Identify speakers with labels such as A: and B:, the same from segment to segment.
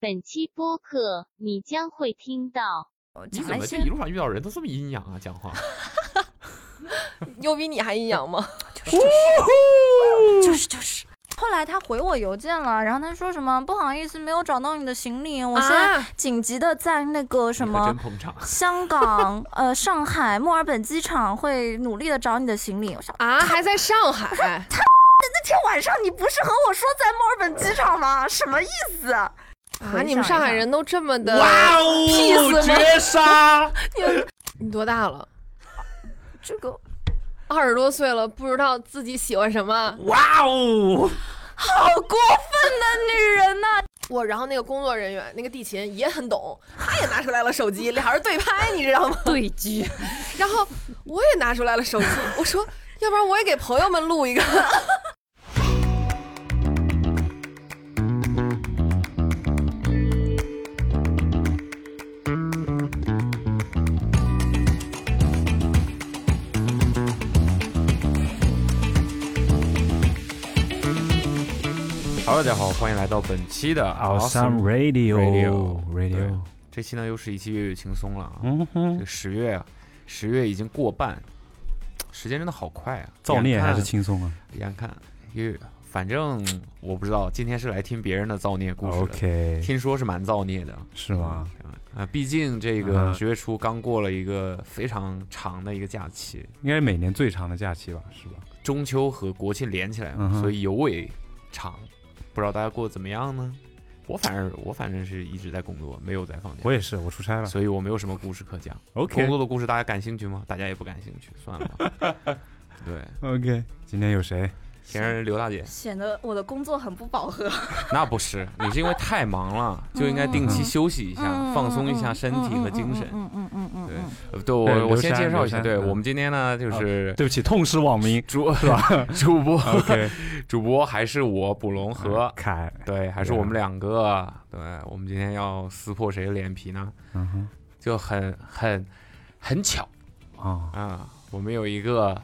A: 本期播客你将会听到
B: 你怎么这一路上遇到人都这么阴阳啊？讲话
C: 又比你还阴阳吗？
D: 就是就是。后来他回我邮件了，然后他说什么不好意思，没有找到你的行李，我现在
C: 啊
D: 紧急的在那个什
B: 你
D: 么
B: 可真捧场。
D: 香港、呃上海、墨尔本机场会努力的找你的行李。我想，
C: 啊，还在上海，
D: 那天晚上你不是和我说在墨尔本机场吗？什么意思？
C: 啊，你们上海人都这么 的，
B: 哦
C: 呃 peace 吗
B: 绝杀！
C: 你多大了？
D: 这个
C: 二十多岁了，不知道自己喜欢什么。
B: 哇 哦！
D: 好过分的女人呐、
C: 我然后那个工作人员，那个地勤也很懂，他也拿出来了手 机，俩人对拍，你知道吗？
E: 对狙，
C: 然后我也拿出来了 手机，我说，要不然我也给朋友们录一个。
B: Hello，大家好，欢迎来到本期的
F: Awesome
B: Radio
F: Radio
B: 对
F: Radio，
B: 这期呢又是一期粤语轻松了啊。
F: 嗯
B: 这
F: 哼
B: 个，十月啊，十月已经过半，时间真的好快啊！
F: 造孽还是轻
B: 轻，
F: 松 啊。
B: 眼看，因为反正我不知道，今天是来听别人的造孽故事的
F: OK，
B: 听说是蛮造孽的，
F: 是吗？
B: 嗯？啊，毕竟这个
F: 嗯
B: 十月初刚过了一个非常长的一个假期，
F: 应该是每年最长的假期吧，是吧？
B: 中秋和国庆连起来嘛
F: 嗯哼
B: 所以尤为长。不知道大家过得怎么样呢？我反正我反正是一直在工作，没有在放假
F: 我，也是，我出差了。
B: 所以我没有什么故事可讲。工
F: OK
B: 作的故事大家感兴趣吗？大家也不感兴趣，算了吧。对，
F: OK，今天有谁？
B: 显然刘大姐
D: 显得我的工作很不饱和。
B: 那不是，你是因为太忙了，就应该定期休息一下，放松一下身体和精神。
D: 嗯嗯嗯嗯
B: 对
D: 嗯，
B: 呃对
F: 对
B: 我，我
F: 刘
B: 先
F: 珊
B: 介绍一下，
F: 刘珊
B: 对
F: 嗯
B: 我们今天呢，就是。
F: 对不起，痛失网名
B: 主主播
F: OK，
B: 主播还是我捕龙呃和
F: 凯，
B: 哎对，啊还是我们两个，啊对我们今天要撕破谁的脸皮呢？
F: 嗯哼，
B: 就很很很巧
F: 啊，
B: 啊，我们有一个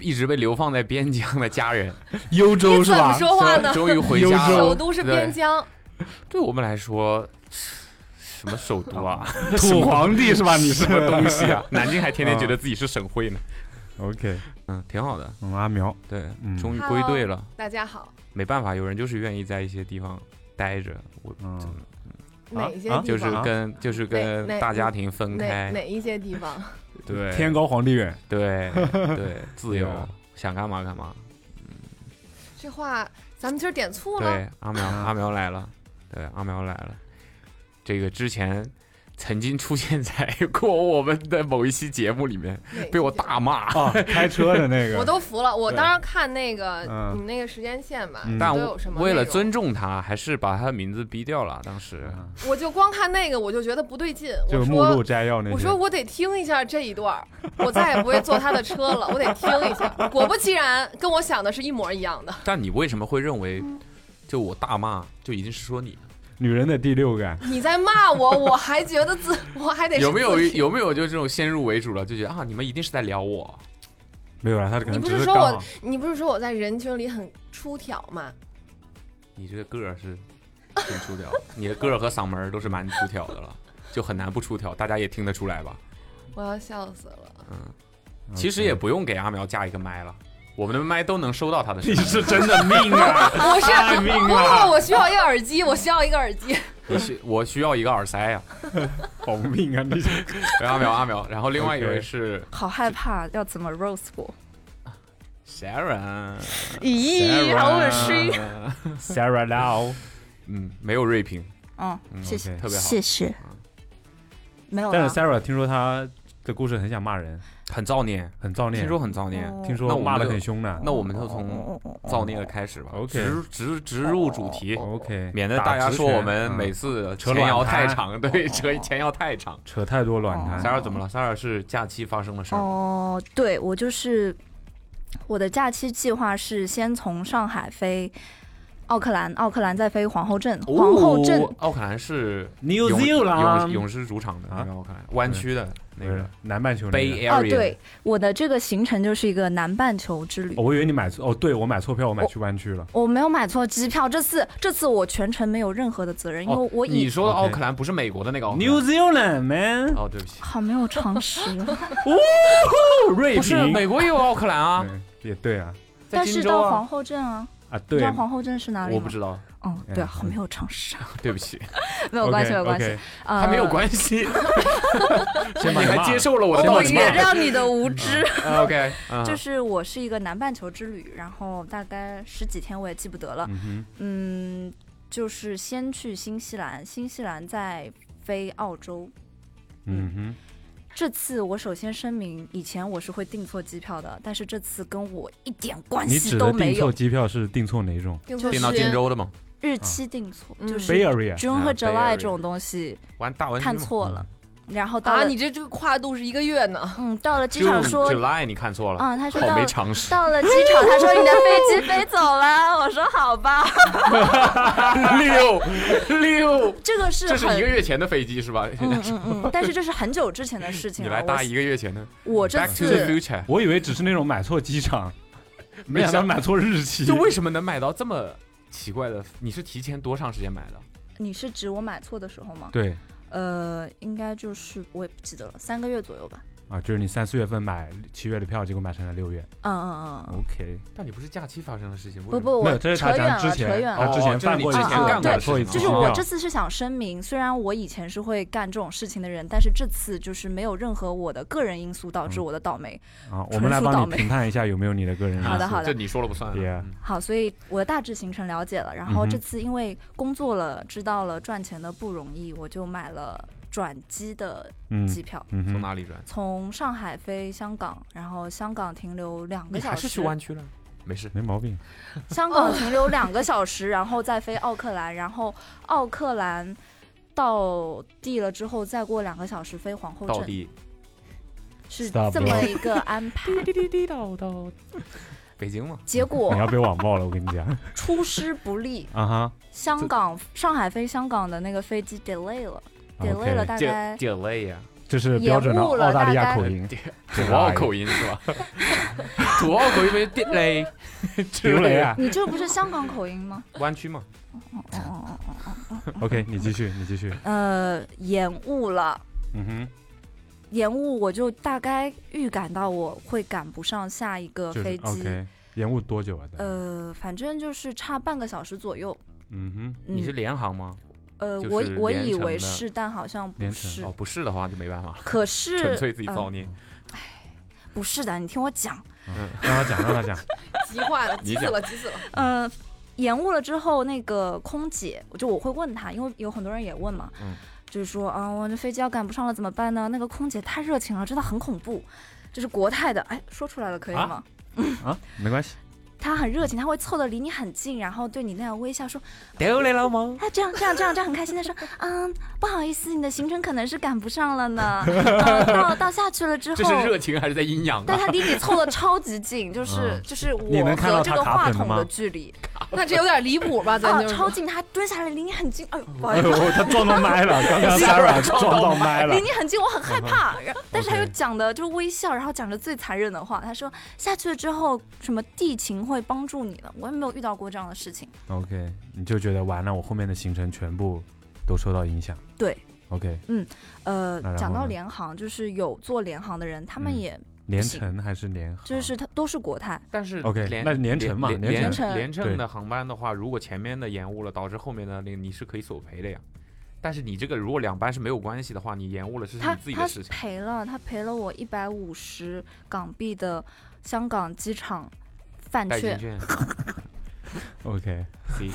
B: 一直被流放在边疆的家人，
F: 幽州
C: 你
F: 是
C: 怎么
F: 吧？
C: 说话呢？
B: 终于回 家了。
C: 首都是边疆，
B: 对，对我们来说，什么首都啊，
F: 土皇帝是吧？你是
B: 什么东西 啊？南京还天天觉得自己是省会呢。
F: OK，
B: 嗯，挺好的，
F: 我们阿苗，
B: 对，
F: 嗯
B: 终于归队了。
C: 大家好，
B: 没办法，有人就是愿意在一些地方待着，我
F: 嗯
B: 真的
C: 哪一些
F: 啊
C: 地
B: 就是
C: 方？
B: 跟就是跟
C: 哪哪
B: 大家庭分
C: 哪
B: 开，
C: 哪一些地方？
B: 对，
F: 天高皇帝远，
B: 对 对，自由
F: 对，啊
B: 想干嘛干嘛。
C: 这话咱们今儿点醋了。
B: 对，阿苗
F: 啊
B: 阿苗来了，对，阿苗来了。这个之前曾经出 现在过我们的某一期节目里面，
C: 哪一些
B: 被我大骂。
F: 啊，开车的那个，
C: 我都服了。我
B: 对
C: 当时看那个
F: 嗯
C: 你们那个时间线嘛，
F: 嗯
B: 但
C: 都
B: 我
C: 有什么内
B: 为
C: 容
B: 了尊重他，还是把他的名字逼掉了。当时，
F: 嗯
C: 我就光看那个，我就觉得不对劲。
F: 就
C: 我
F: 是目录
C: 说，
F: 摘要那些。
C: 我说我得听一下这一段儿，我再也不会坐他的车了。我得听一下。果不其然，跟我想的是一模一样的。
B: 但你为什么会认为，就我大骂就一定是说你？
F: 女人的第六感，
C: 你在骂我，我还觉得自，我还得是
B: 有没有
C: 自己
B: 有没有就这种先入为主了，就觉得啊，你们一定是在聊我？
F: 没有啦，他可
C: 你
F: 能
C: 不
F: 只
C: 是
F: 是
C: 说
F: 刚
C: 我
F: 好，
C: 你不是说我在人群里很出挑吗？
B: 你这个个儿是挺出挑的， 你的个儿和嗓门儿都是蛮出挑的了，就很难不出挑，大家也听得出来吧？
C: 我要笑死 了。
B: 其实也不用给阿苗架一个麦了，我们的麦都能收到他的声
F: 你
B: 音。
F: 是真的命 啊！
C: 我是
F: 太命
C: 不
F: 了
C: 不，我需要一个耳机，我需要一个耳机。
B: 我需我需要一个耳塞呀、
F: 好命啊！你
B: 对阿苗阿苗，然后另外一位是
D: 好害怕，要怎么 roast 我？
B: Sharon，
D: 咦，好恶心。
F: Sarah Lau，
B: 嗯，没有锐评，
D: 嗯，
B: 嗯
D: 谢谢，
B: 特别好，
D: 谢谢。没有
F: 但
D: 啦
F: 是 Sarah 听说她的故事很想骂人，
B: 很造孽，
F: 很造孽，
B: 听说很造孽。
D: 哦
F: 听
B: 那我
F: 说
B: 们
F: 骂的
B: 就
F: 很凶呢。
B: 那我们就从造孽的开始吧
F: OK 哦
B: 直直直入主题，
F: OK，
B: 免得大家说我们每
F: 次
B: 次
F: 嗯扯哦
B: 前
F: 卵
B: 摇太
F: 谈
B: 长，对，扯前摇太长。
F: 扯太多卵
B: 三
F: 谈。
B: 哦儿怎么了？三儿是假期发生了事儿吗，
D: 哦，对我就是我的假期计划是先从上海飞奥克兰，奥克兰在飞皇后镇，
B: 哦
D: 皇后镇，
B: 奥克兰是
F: New
B: 勇
F: Zealand
B: 勇勇士主场的
F: 啊
B: 那个奥克兰湾区的那
F: 对
B: 个
F: 南半球那个
B: Bay
D: 哦，
B: Area，
D: 对，我的这个行程就是一个南半球之旅。
F: 哦我以为你买错哦，对我买错票，我买去湾区
B: 哦
F: 了。
D: 我没有买错机票，这次这次我全程没有任何的责任，因为我
B: 哦你
D: 已
B: 说的
F: OK
B: 奥克兰不是美国的那个奥克兰
F: New Zealand man，
B: 哦，对不起，
D: 好没有 常识哦。
F: 哦瑞
B: 不是
F: 平，
B: 美国也有奥克兰啊，
F: 嗯也对啊
B: 在
D: 但
B: 金
D: 是
B: 州
D: 到
B: 啊，
D: 皇后镇啊，
F: 啊
D: 你
F: 对
D: 知道皇后镇是哪里
B: 我
D: 吗？
B: 不知哎道，
D: 哦，对啊，
F: 嗯
D: 好没有常识啊，
B: 对不起，
D: 没有关系，没有
F: OK，OK
D: 关系，啊，
B: 还没有关 系，
F: 先把
B: 你还
F: 骂
B: 接
F: 了
B: 受了我的
D: 我
B: 道歉
D: 原谅你的无知。
B: 啊，OK，嗯
D: 就是我是一个南半球之旅，然后大概十几天我也记不得了。
F: 嗯哼，
D: 嗯，就是先去新西兰，新西兰再飞澳洲。
F: 嗯哼，
D: 这次我首先声明，以前我是会订错机票的，但是这次跟我一点关
F: 你指
D: 系
F: 的
D: 啊都
F: 订
D: 没
F: 错
D: 有，
F: 机票是订错哪种
C: 订错
B: 电
C: 时
B: 到
C: 间
B: 荆，州的嘛，
D: 日期订错，
C: 嗯
D: 就是
F: Bay Area？
D: June 和
B: 啊，Bay
D: July
B: Area
D: 这种东西
B: 玩大湾区
D: 看
B: 嘛
D: 错了，
B: 嗯
D: 然后到
C: 啊，
D: 了、
C: 你这这个跨度是一个月呢，
D: 嗯到了机场
B: June-
D: 说，
B: July 你看错了，
D: 嗯他说
B: 好
D: 到
B: 没
D: 了
B: 常识，
D: 到了机场，他说你的飞机飞走了，我说好吧，
B: 六六，
D: 这个是
B: 这
D: 很
B: 是一个月前的飞机是吧？
D: 嗯嗯嗯，但是这是很久之前的事情
B: 你
D: 了。
B: 来
D: 我
B: 搭一个月前的
D: 我这
B: Back to the
D: 次
B: Future，
F: 我以为只是那种买错机 场，没
B: 没
F: 想到
B: 想
F: 买错日期。
B: 就为什么能买到这么奇怪的？你是提前多长时间买的？
D: 你是指我买错的时候吗？
F: 对
D: 呃，应该就是我也不记得了，三个月左右吧。
F: 啊，就是你三四月份买七月的票，结果买成了六月。
D: 嗯嗯嗯嗯，
F: OK，
B: 但你不是假期发生的事情，
D: 不
B: 为什
D: 不，
B: 么，
F: 没有，
D: 我
F: 这是
D: 扯
F: 他
D: 远
F: 讲之
D: 了，扯
F: 前哦
D: 远
F: 他
B: 哦
D: 了。
F: 之前犯过一
B: 就是
F: 次啊
D: 你之前干过的
F: 买错一次
B: 事
D: 就
F: 机
B: 情
D: 是我
F: 票
D: 这次是想声明，虽然我以前是会干这种事情的人，但是这次就是没有任何我的个人因素导
F: 嗯
D: 致我的倒霉。
F: 啊，我
D: 纯
F: 们来
D: 属
F: 帮
D: 倒
F: 你
D: 霉
F: 评判一下有没有你的个人因素。
D: 好的好的
B: 这你说了不算啊。
F: Yeah
B: 嗯
D: 好，所以我的大致行程了解了，然后
F: 嗯哼
D: 这次因为工作了，知道了赚钱的不容易，我就买了转机的
F: 嗯
D: 机票。
F: 嗯
B: 从
F: 哼，
B: 哪里转？
D: 从上海飞香港，然后香港停留两个
B: 你
D: 小
B: 还是
D: 时，
B: 去湾区了？没事，
F: 没毛病。
D: 香港停留两个小时，然后再飞奥克兰，然后奥克兰到地了之后，再过两个小时飞皇后
B: 到
D: 镇，
B: 底
D: 是
F: Stop
D: 这么一个安排。
B: 北京嘛？
D: 结果
F: 你要被网暴了，我跟你 讲。
D: 出师不利，
F: 啊哈
D: 香港上海飞香港的那个飞机 delay 了，delay 了
F: 啊，OK，
D: 大
B: 这
D: 概。
B: 这累 呀，
F: 这是标准的
D: 延误了
F: 澳大利
D: 大
F: 亚
D: 概
F: 口音，
B: 土澳口音是 吧？土澳口音没地雷，
F: 刘雷啊。
D: 你这不是香港口音 吗？
B: 湾区嘛？
D: 哦哦哦哦哦
F: OK，你继续，你继续。
D: 呃，延误了。
F: 嗯哼。
D: 延误，我就大概预感到我会赶不上下一个
F: 就是
D: 飞机。
F: OK，延误多久啊？大概，
D: 呃，反正就是差半个小时左右。
F: 嗯
B: 你是
D: 嗯，
B: 联航吗？
D: 呃，
B: 就
D: 我
B: 是
D: 我
B: 连
D: 以
B: 程
D: 为
B: 的
D: 是，但好像不
F: 连程
D: 是
B: 哦，。不是的话就没办法，纯
D: 可是呃嗯
B: 粹自己造孽。
D: 不是的，你听我讲。
F: 哼，让他嗯讲，让他讲。
C: 急坏 了，
B: 你
C: 急死了，急死了。
B: 嗯
D: 呃，延误了之后，那个空姐就我会问她，因为有很多人也问嘛，
B: 嗯
D: 就是说啊，我这飞机要赶不上了怎么办呢？那个空姐太热情了，真的很恐怖。这是国泰的，哎，说出来了可以
F: 啊
D: 吗？
F: 啊，没关系。
D: 她很热情，她会凑得离你很近，然后对你那样微笑说。
B: 丢雷老母，
D: 他这样这样这样这样很开心的说，嗯，不好意思，你的行程可能是赶不上了呢。嗯、到到下去了之
B: 这
D: 后
B: 是，热情还是在阴阳
D: 但
B: 啊？
D: 他离你凑的超级近，就是
F: 嗯
D: 就是
F: 你
D: 我
F: 能看到
D: 和这
F: 他
D: 个
F: 卡
D: 话
F: 粉的
D: 筒
F: 吗
D: 的距离
C: 那这有点离谱吧？咱
D: 啊，
C: 就是
D: 超近，他蹲下来离你很近，哎呦，不好
F: 哎
D: 意
F: 呦哎
D: 思，，
F: 他撞到麦 了，刚刚 Sarah 撞到麦了
D: 离。你很近，我很害怕。然后但是他又
F: 嗯 OK
D: 讲的就微笑，然后讲着最残忍的话，他说下去了之后什么地勤会帮助你的，我也没有遇到过这样的事情。
F: OK，你就觉得完了，我后面的行程全部都受到影响。
D: 对
F: ，OK，
D: 呃
F: 那然，后
D: 讲到
F: 呢
D: 联航，就是有做联航的人，他们
F: 嗯
D: 也
F: 连城还是联航？
D: 就是他都是国泰。
B: 但是
F: OK，
B: 连
F: 那连程嘛
B: 连
F: 连
B: 连
D: 程
B: 连
F: 对
B: 程的航班的话，如果前面的延误了，导致后面的那个你是可以索赔的呀。但是你这个如果两班是没有关系的话，你延误了这是
D: 他
B: 嗯你自己
D: 他
B: 的事情。
D: 赔了，他赔了我一百五十港币的香港机场饭
B: 代金
D: 券。
B: 券
F: OK，
B: C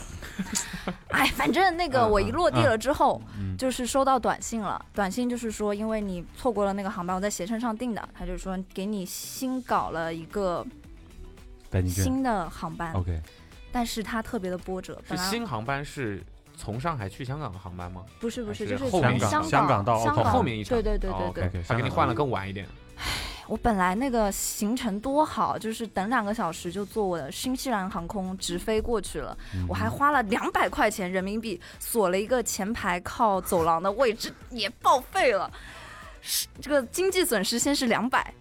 D: 哎，反正那个
B: 嗯
D: 我
B: 嗯
D: 一落地
F: 嗯
D: 了之后，
F: 嗯
D: 就是收到短信了，短信就是说，因为你错过了那个航班，我在携程上订的，他就说给你新搞了一个
F: 代金券。
D: 新的航班，
F: OK，
D: 但是它特别的波折，
B: 是
D: 本来
B: 新航班是从上海去香港的航班吗？
D: 不是不
B: 还
D: 是，
B: 是
D: 就是
B: 后
D: 从
B: 面一
D: 香
B: 场
F: 香港到
D: 香
F: 澳洲
D: 港
B: 后面一场
D: 对对对
B: 哦
D: 对对，
F: ，OK，
B: 他给你换了更晚一点。
D: 我本来那个行程多好，就是等两个小时就坐我的新西兰航空直飞过去了，
F: 嗯
D: 我还花了两百块钱人民币锁了一个前排靠走廊的位置，也报废了。是这个经济损失先是两百，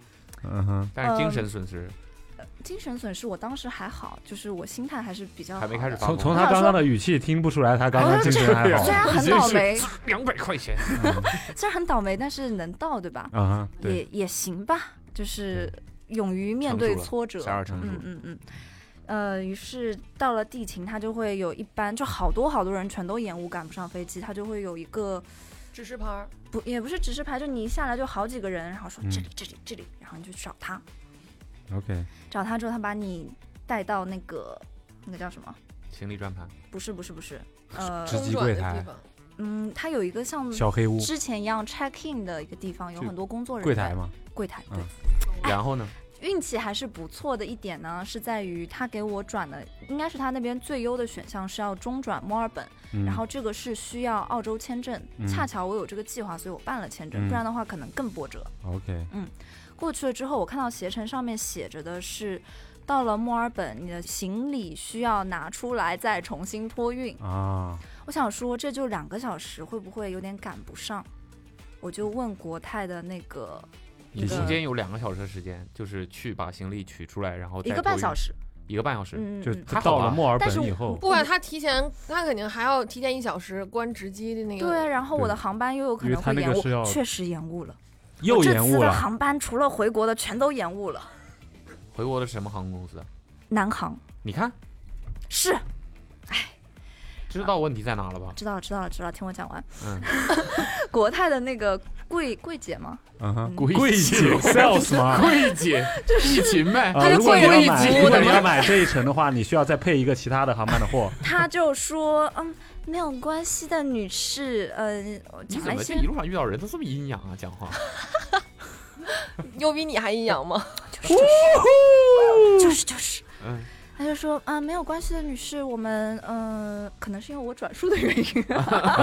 F: 嗯哼，
B: 但是精神损失
D: 精神损失我当时还好，就是我心态还是比较好
B: 还没开始
D: 的啊
B: 发
F: 从
B: 工
F: 从他刚刚的语气听不出来，他刚刚精神还好
D: 虽然很倒霉，
B: 两百块钱，
D: 虽然很倒霉，但是能到对吧？
F: 啊哈，对，
D: 也也行吧，就是勇于面对挫折。
B: 小二成
D: 嗯
B: 熟，
D: 嗯嗯。呃，于是到了地勤，他就会有一班，就好多好多人全都延误赶不上飞机，他就会有一个
C: 指示牌儿，
D: 不也不是指示牌，就你一下来就好几个人，然后说
F: 嗯
D: 这里这里这里，然后你就去找他，嗯
F: ，OK，
D: 找他之后他把你带到那个那个叫什么？
B: 行李转盘，
D: 不是不是不是，呃
F: 直
C: 中
F: 击
C: 转
F: 柜
C: 的
F: 台
C: 地方，
D: 嗯，他有一个像
F: 小黑屋
D: 之前一样 check in 的一个地方，有
F: 就
D: 很多工作人
F: 柜
D: 员
F: 台嘛，
D: 柜台对。
F: 嗯
B: 然后呢，
D: 运气还是不错的一点呢，是在于他给我转的，应该是他那边最优的选项是要中转墨尔本，
F: 嗯
D: 然后这个是需要澳洲签证，
F: 嗯
D: 恰巧我有这个计划，所以我办了签
F: 嗯
D: 证，不然的话可能更波折。
F: OK，
D: 过去了之后，我看到携程上面写着的是，到了墨尔本，你的行李需要拿出来再重新托运。
F: 啊，
D: 我想说，这就两个小时，会不会有点赶不上？我就问国泰的那个
B: 你
D: 一个
B: 中间有两个小时的时间，就是去把行李取出来，然后
D: 一
B: 再
D: 个半
B: 托运
D: 小，时，
B: 一个半小时，
D: 嗯，
F: 就
D: 嗯
B: 还好
F: 到
B: 吧
F: 了墨尔
D: 但是
F: 本以后，
C: 不管他提前，他肯定还要提前一小时关值机的那个。
D: 对，然后我的航班又有可能会
F: 因为他
D: 延
F: 那个是
D: 误，
F: 要
D: 确实延误了。
F: 又
D: 我
F: 延
D: 这
F: 误
D: 次的
F: 了，
D: 航班除了回国的全都延误了。
B: 回国的是什么航空公司啊？
D: 南航
B: 你看，
D: 是
B: 知道问题在哪了吧？
D: 知道了，知道了，知道了，听我讲完。
B: 嗯，
D: 国泰的那个柜柜姐吗？
F: 嗯哼，
B: 柜
F: 柜
B: 姐
F: 姐 sales 吗？
B: 柜姐，疫情呗，
F: 啊，
C: 就
F: 如果
C: 贵
F: 你要
C: 一
F: 买，
C: 级
F: 如
C: 我
F: 果
C: 的
F: 你要
C: 妈
F: 买这一层的话，你需要再配一个其他的航班的 货。
D: 她就说，嗯，没有关系的，女士，嗯，我
B: 你
D: 讲
B: 怎
D: 一
B: 么这
D: 些
B: 一路上遇到人都这么阴阳啊？讲话，
C: 又比你还阴 阳吗？
D: 就是就是。
B: 嗯，
D: 她就说啊，没有关系的，女士，我们呃，可能是因为我转述的原因，
F: 啊啊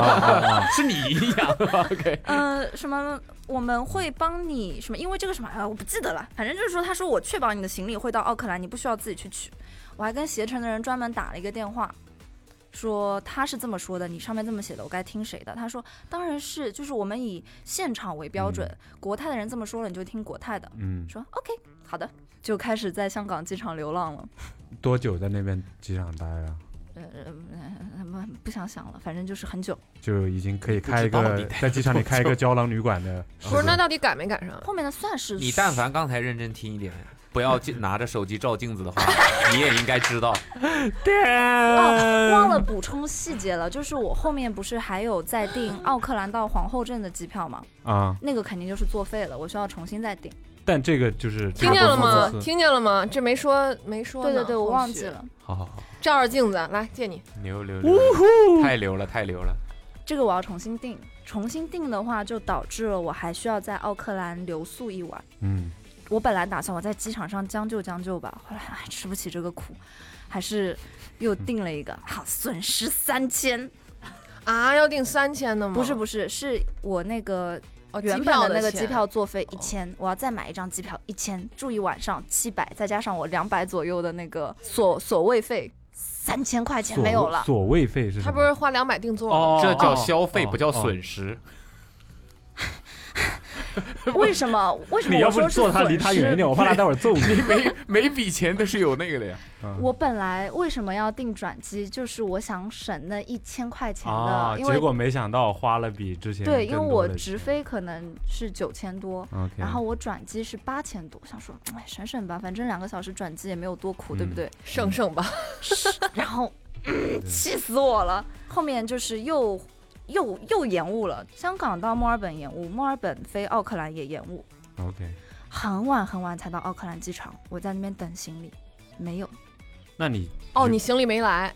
F: 啊！
B: 是你阴阳啊，OK，
D: 呃，什么我们会帮你什么，因为这个什么，啊，我不记得了，反正就是说，他说我确保你的行李会到奥克兰，你不需要自己去取。我还跟携程的人专门打了一个电话，说他是这么说的，你上面这么写的，我该听谁的？他说当然是，就是我们以现场为标准，国泰的人这么说了，你就听国泰的。
F: 嗯，
D: 说 OK，好的，就开始在香港机场流浪了。
F: 多久在那边机场待啊了？
D: 呃，呃不不想想了，反正就是很久。
F: 就已经可以
B: 不
F: 开
B: 知
F: 一
B: 道你
F: 个
B: 待
F: 在机场里
B: 多
F: 开一个
B: 久
F: 胶囊旅馆的呃时间。
C: 不是，那到底赶没赶 上？
D: 后面的算是
B: 你但凡刚才认真听一点，不要进拿着手机照镜子 的话，你也应该知 道，
D: 哦，忘了补充细节了，就是我后面不是还有在订奥克兰到皇后镇的机票吗？
F: 啊，
D: 那个肯定就是作废了，我需要重新再订。
F: 但这个就是
C: 听见了
F: 差
C: 吗
F: 不多？是
C: 听见了吗？这没说没说呢。
D: 对对对，我
C: 后
D: 忘
C: 续
D: 记。了。
B: 好好好，
C: 照着镜子，来借你。
B: 牛牛牛，太牛了，太牛了，
D: 这个我要重新订，重新订的话就导致了我还需要在奥克兰留宿一晚。
F: 嗯，
D: 我本来打算我在机场上将就将就吧，后来哎吃不起这个苦，还是又订了一个，好损失三千。
C: 啊，要订三千的吗？
D: 不是不是，是我那个
C: 哦，
D: 原
C: 机
D: 本
C: 票
D: 的那个
C: 钱哦
D: 机票作废一千，我要再买一张机票一千，住一晚上七百，再加上我两百左右的那个所所谓费，三千块钱
F: 所
D: 没有了。
F: 所谓费是什
C: 他
F: 么？
C: 不是花两百定做吗？
F: 哦，
B: 这叫
F: 哦
B: 消费，不叫。
F: 哦
B: 损失。
D: 为什么？为什么
F: 你要
D: 我
F: 不
D: 说是
F: 坐他离他远一点，我怕他待会儿 揍你。
B: 每每笔钱都是有那个的呀。
F: 嗯
D: 我本来为什么要订转机？就是我想省那一千块钱的，
F: 啊，
D: 因
F: 结
D: 为
F: 果没想到花了比之前
D: 对，因为
F: 更多
D: 我
F: 的
D: 直
F: 钱。啊
D: 飞可能是九千多。
F: OK，
D: 然后我转机是八千多，想说，哎，省省吧，反正两个小时转机也没有多苦，对不
F: 嗯
D: 对？
C: 省省吧。
D: 然后、嗯气死我了。后面就是又又又延误了，香港到墨尔本延误，墨尔本飞奥克兰也延误，
F: OK，
D: 很晚很晚才到奥克兰机场。我在那边等行李，没有。
F: 那你
C: 哦，
F: 是
C: 你行李没来，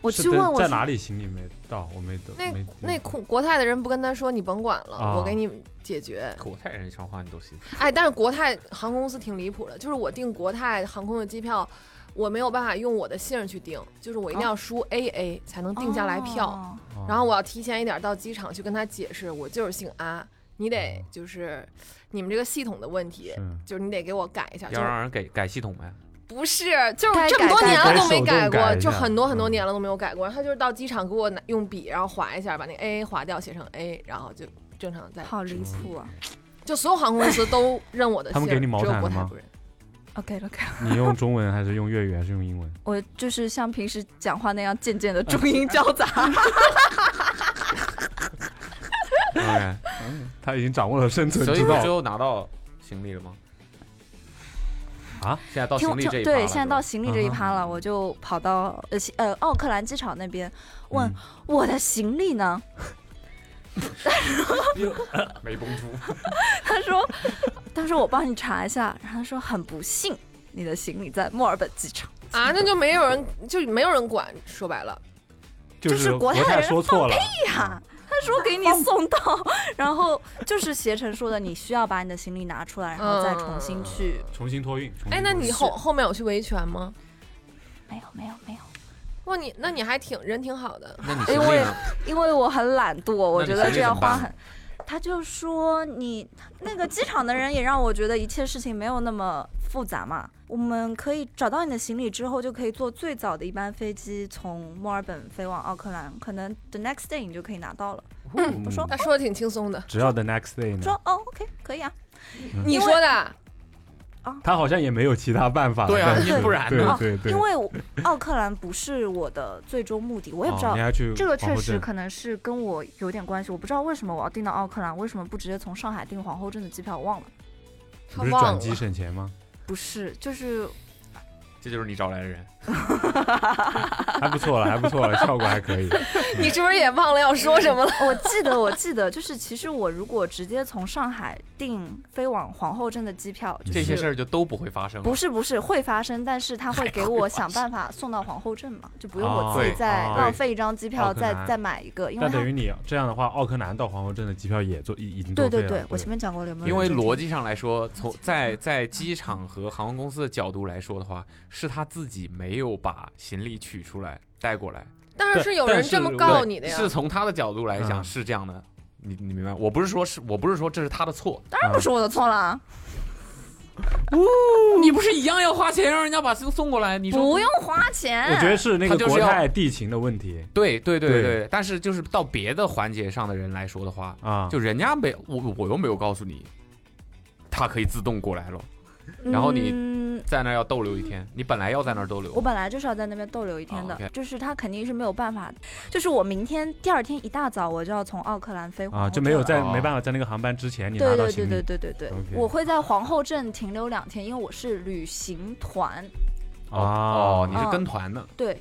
D: 我
F: 是
D: 去
F: 在
D: 问我
F: 在
D: 是
F: 哪里行李没到，我没得
C: 那
F: 没
C: 那国国泰的人不跟他说你甭管了，
F: 嗯啊
C: 我给你解决。
B: 国泰人说话你都信？
C: 哎，但是国泰航空公司挺离谱的，就是我订国泰航空的机票，我没有办法用我的姓儿去订，就是我一定要输 AA 才能定下来票。
D: 哦
F: 哦
C: 然后我要提前一点到机场去跟他解释，我就是姓阿，你得就是你们这个系统的问题，
F: 是
C: 就是你得给我改一下，就
B: 要
C: 是
B: 让人改改系统 呗。
C: 不是，就是
D: 该
C: 这么多
D: 改
C: 年
D: 改
C: 了都没
F: 改手动改
C: 过，
F: 一
C: 就
F: 下
C: 很多很多
F: 嗯
C: 年了都没有改过。他就是到机场给我拿用笔，然后划一下，把那个 A 划掉，写成 A，然后就正常再。
D: 好离谱啊
C: 就所有航空公司都认我的
F: 他们给
C: 姓
F: 你
C: 儿
F: 毛
C: 只有
F: 毯
C: 国
F: 了
C: 泰
F: 吗
C: 不认。
D: ！OK OK，
F: 你用中文还是用粤语还是用英文？
D: 我就是像平时讲话那样渐渐的中英交杂，
B: OK，
F: 他已经掌握了生存
B: 所以
F: 之
B: 你最
D: 嗯
F: 道。
B: 后拿到行李了吗？
F: 啊，
B: 现 在到
D: 听
B: 行李
D: 听
B: 这一趴了嗯
D: 对，现在 到
B: 是吧
D: 行李这一趴了，我就跑到呃西呃奥克兰机场那边
B: 嗯
D: 问、
F: 嗯
D: 我的行李呢？
B: 没绷住，
D: 他说， 他说我帮你查一下，然后他说很不幸，你的行李在墨尔本机场。
C: 啊，那就没有人，就没有人管。说白
F: 哦
C: 了，
F: 就
D: 就是国
F: 国
D: 泰的
F: 泰
D: 人
F: 说错了，
D: 哎呀，他说给你送到， 然后就是携程说的，你需要把你的行李拿出来，然后再重新去。
F: 重新托运。重新
C: 哎，那你
F: 托
C: 后后面有去维权吗？
D: 没有没有没有，
C: 哇，你那你还挺人挺好的。
B: 那你
D: 因
B: 行李
D: 为
B: 呢？
D: 因为我很懒惰，我觉得这样花
B: 那你行
D: 很。他就说你那个机场的人也让我觉得一切事情没有那么复杂嘛。我们可以找到你的行李之后，就可以坐最早的一班飞机从墨尔本飞往奥克兰，可能 the next day 你就可以拿到了。
F: 运。
D: 我嗯说
C: 他说的挺轻松的，
F: 只要 the next day
D: 说
F: 呢，
D: 哦，OK，可以啊。
C: 你说的啊
F: 他好像也没有其他办法了。
B: 对啊
F: 但是
B: 你 不然
F: 对
B: 呢
F: 对对，
D: 因为我奥克兰不是我的最终目的，我也不知
F: 哦
D: 道
F: 你。还去
D: 这个
F: 皇
D: 确
F: 后
D: 实
F: 镇
D: 可能是跟我有点关系，我不知道为什么我要订到奥克兰，为什么不直接从上海订皇后镇的机票，我忘了。
C: 他
F: 不是
C: 忘
F: 转
C: 了。
F: 机省钱吗？
D: 不是，就是
B: 这就是你找来的人。
F: 还不错了，还不错了，效果还 可以。
C: 你是不是也忘了要说什么了？
D: 我记得，我记得，就是其实我如果直接从上海订飞往皇后镇的机票，就是
B: 这些事儿就都不会发生了。
D: 不是不是会发生，但是他会给我想办法送到皇后镇嘛，就不用我自己
B: 哦
D: 再
F: 对
D: 浪费一张机票
F: 奥克
D: 再
F: 兰
D: 再买一个，因为
F: 但
D: 他
F: 等于你这样的话，奥克兰到皇后镇的机票也做已已经
D: 对
F: 作废
D: 对
F: 了
D: 对，我前面讲过了，有没有
B: 因为
D: 人注意
B: 逻辑上来说，从在在机场和航空公司的角度来说的话，是他自己没有把行李取出来带过来。
C: 当然
F: 对
C: 是有人
F: 但是
C: 这么告你的呀。
B: 是从他的角度来讲
F: 嗯
B: 是这样的，你你明白？我不是说是我不是说这是他的错，
D: 当然不是我的错啦，
B: 你不是一样要花钱让人家把送送过来？你
D: 不用花钱。
F: 我觉得是那
B: 他
F: 个
B: 就是
F: 国
B: 要
F: 泰地勤的问题
B: 对对对
F: 对
B: 对，但是就是到别的环节上的人来说的话，
F: 啊，
B: 就人家没我我又没有告诉你，他可以自动过来了，然后你
D: 嗯
B: 在那儿要逗留一天，你本来要在那儿逗留，
D: 我本来就是要在那边逗留一天的，
B: 哦，OK
D: 就是他肯定是没有办法，就是我明天第二天一大早我就要从奥克兰飞皇后
F: 啊，就
D: 镇
F: 没有
D: 了
F: 在
B: 哦
F: 没办法在那个航班之前你拿
D: 对
F: 到
D: 对
F: 行
D: 对对
F: 李
D: 对对对
F: OK
D: 我会在皇后镇停留两天，因为我是旅行团，
B: 哦，
F: 哦
D: 啊
B: 你是跟团的，
D: 对，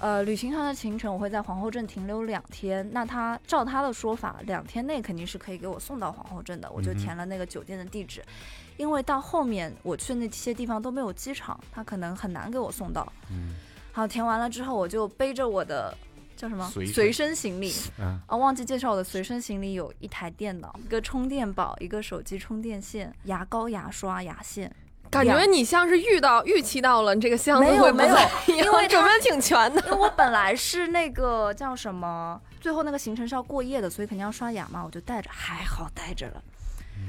D: 呃，旅行团的行程我会在皇后镇停留两天。那他照他的说法，两天内肯定是可以给我送到皇后镇的，我就
F: 嗯哼
D: 填了那个酒店的地址，因为到后面我去那些地方都没有机场，他可能很难给我送到。
F: 嗯
D: 好，填完了之后，我就背着我的叫什么
B: 随身
D: 身行李
F: 嗯
D: 啊，忘记介绍我的随身行李有一台电脑、一个充电宝、一个手机充电线、牙膏、牙刷、牙线。
C: 感觉你像是遇到预期到了你这个箱子
D: 没有
C: 会不
D: 没有
C: 在一
D: 因
C: 样，
D: 为
C: 准
D: 它
C: 备挺全的。
D: 因为我本来是那个叫什么，最后那个行程是要过夜的，所以肯定要刷牙嘛，我就带着，还好带着了。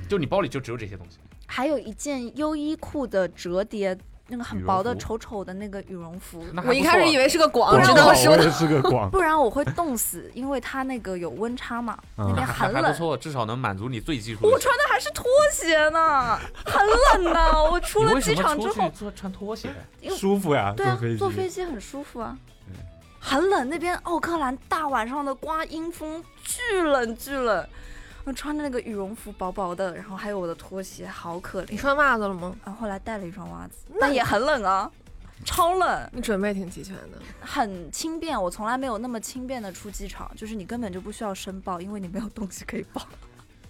B: 就你包里就只有这些东西。
D: 还有一件优衣库的折叠，那个
B: 羽
D: 很
B: 绒
D: 薄的
B: 服
D: 丑丑的那个羽绒服，
B: 那还啊
C: 我一开始以
B: 为
C: 为是个
D: 哦
C: 广，
F: 广
C: 直
F: 告
C: 到说
F: 我也是个 广，
D: 不然我会冻死，因为它那个有温差嘛，那
F: 嗯
D: 边
B: 还
D: 很
B: 还不
D: 冷。
B: 错，至少能满足你最基础
D: 我
B: 的需求。
D: 穿的还是拖鞋呢，很冷的。我出
B: 你
D: 了
B: 为什
D: 机
B: 么
D: 场之
B: 出
D: 后
B: 去，穿穿拖鞋？
F: 舒服呀，
D: 对啊，
F: 坐
D: 坐
F: 飞
D: 飞
F: 机。
D: 机很舒服啊
F: 嗯。
D: 很冷，那边奥克兰大晚上的刮阴风，巨冷巨冷。我穿着那个羽绒服薄薄的，然后还有我的拖鞋，好可
C: 你
D: 怜。啊
C: 穿袜子了吗？
D: 然后后来带了一双袜子，但也很冷啊，超冷，
C: 你准备挺齐全的。
D: 很轻便。我从来没有那么轻便的出机场，就是你根本就不需要申报，因为你没有东西可以报。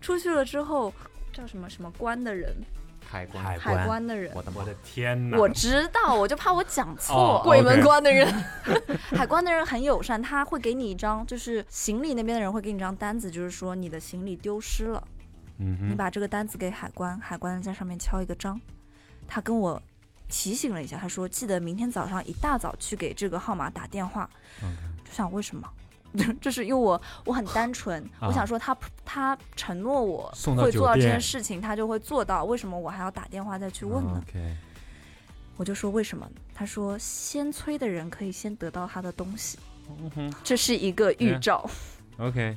D: 出去了之后，叫什么什么关的人，
B: 海关，
F: 海
D: 海
F: 关
D: 关的人，
B: 我的妈
F: 我！的天哪！
D: 我知道，我就怕我讲
F: 哦。
D: 错
C: 鬼门
F: OK
C: 关的人，
D: 海关的人很友善，他会给你一张，就是行李那边的人会给你一张单子，就是说你的行李丢失了，
F: 嗯
D: 你
F: 哼，
D: 把这个单子给海关，海关在上面敲一个章。他跟我提醒了一下，他说记得明天早上一大早去给这个号码打电话。
F: OK
D: 就想为什么？ 就是因为我我很单纯，
F: 啊
D: 我想说他他承诺我
F: 送到
D: 会
F: 酒
D: 做到这件
F: 店啊
D: 事情，他就会做到，为什么我还要打电话再去问呢？
F: OK，
D: 我就说为什么？他说先催的人可以先得到他的东西，
F: 嗯哼
D: 这是一个预
F: 嗯
D: 兆。
F: ，OK，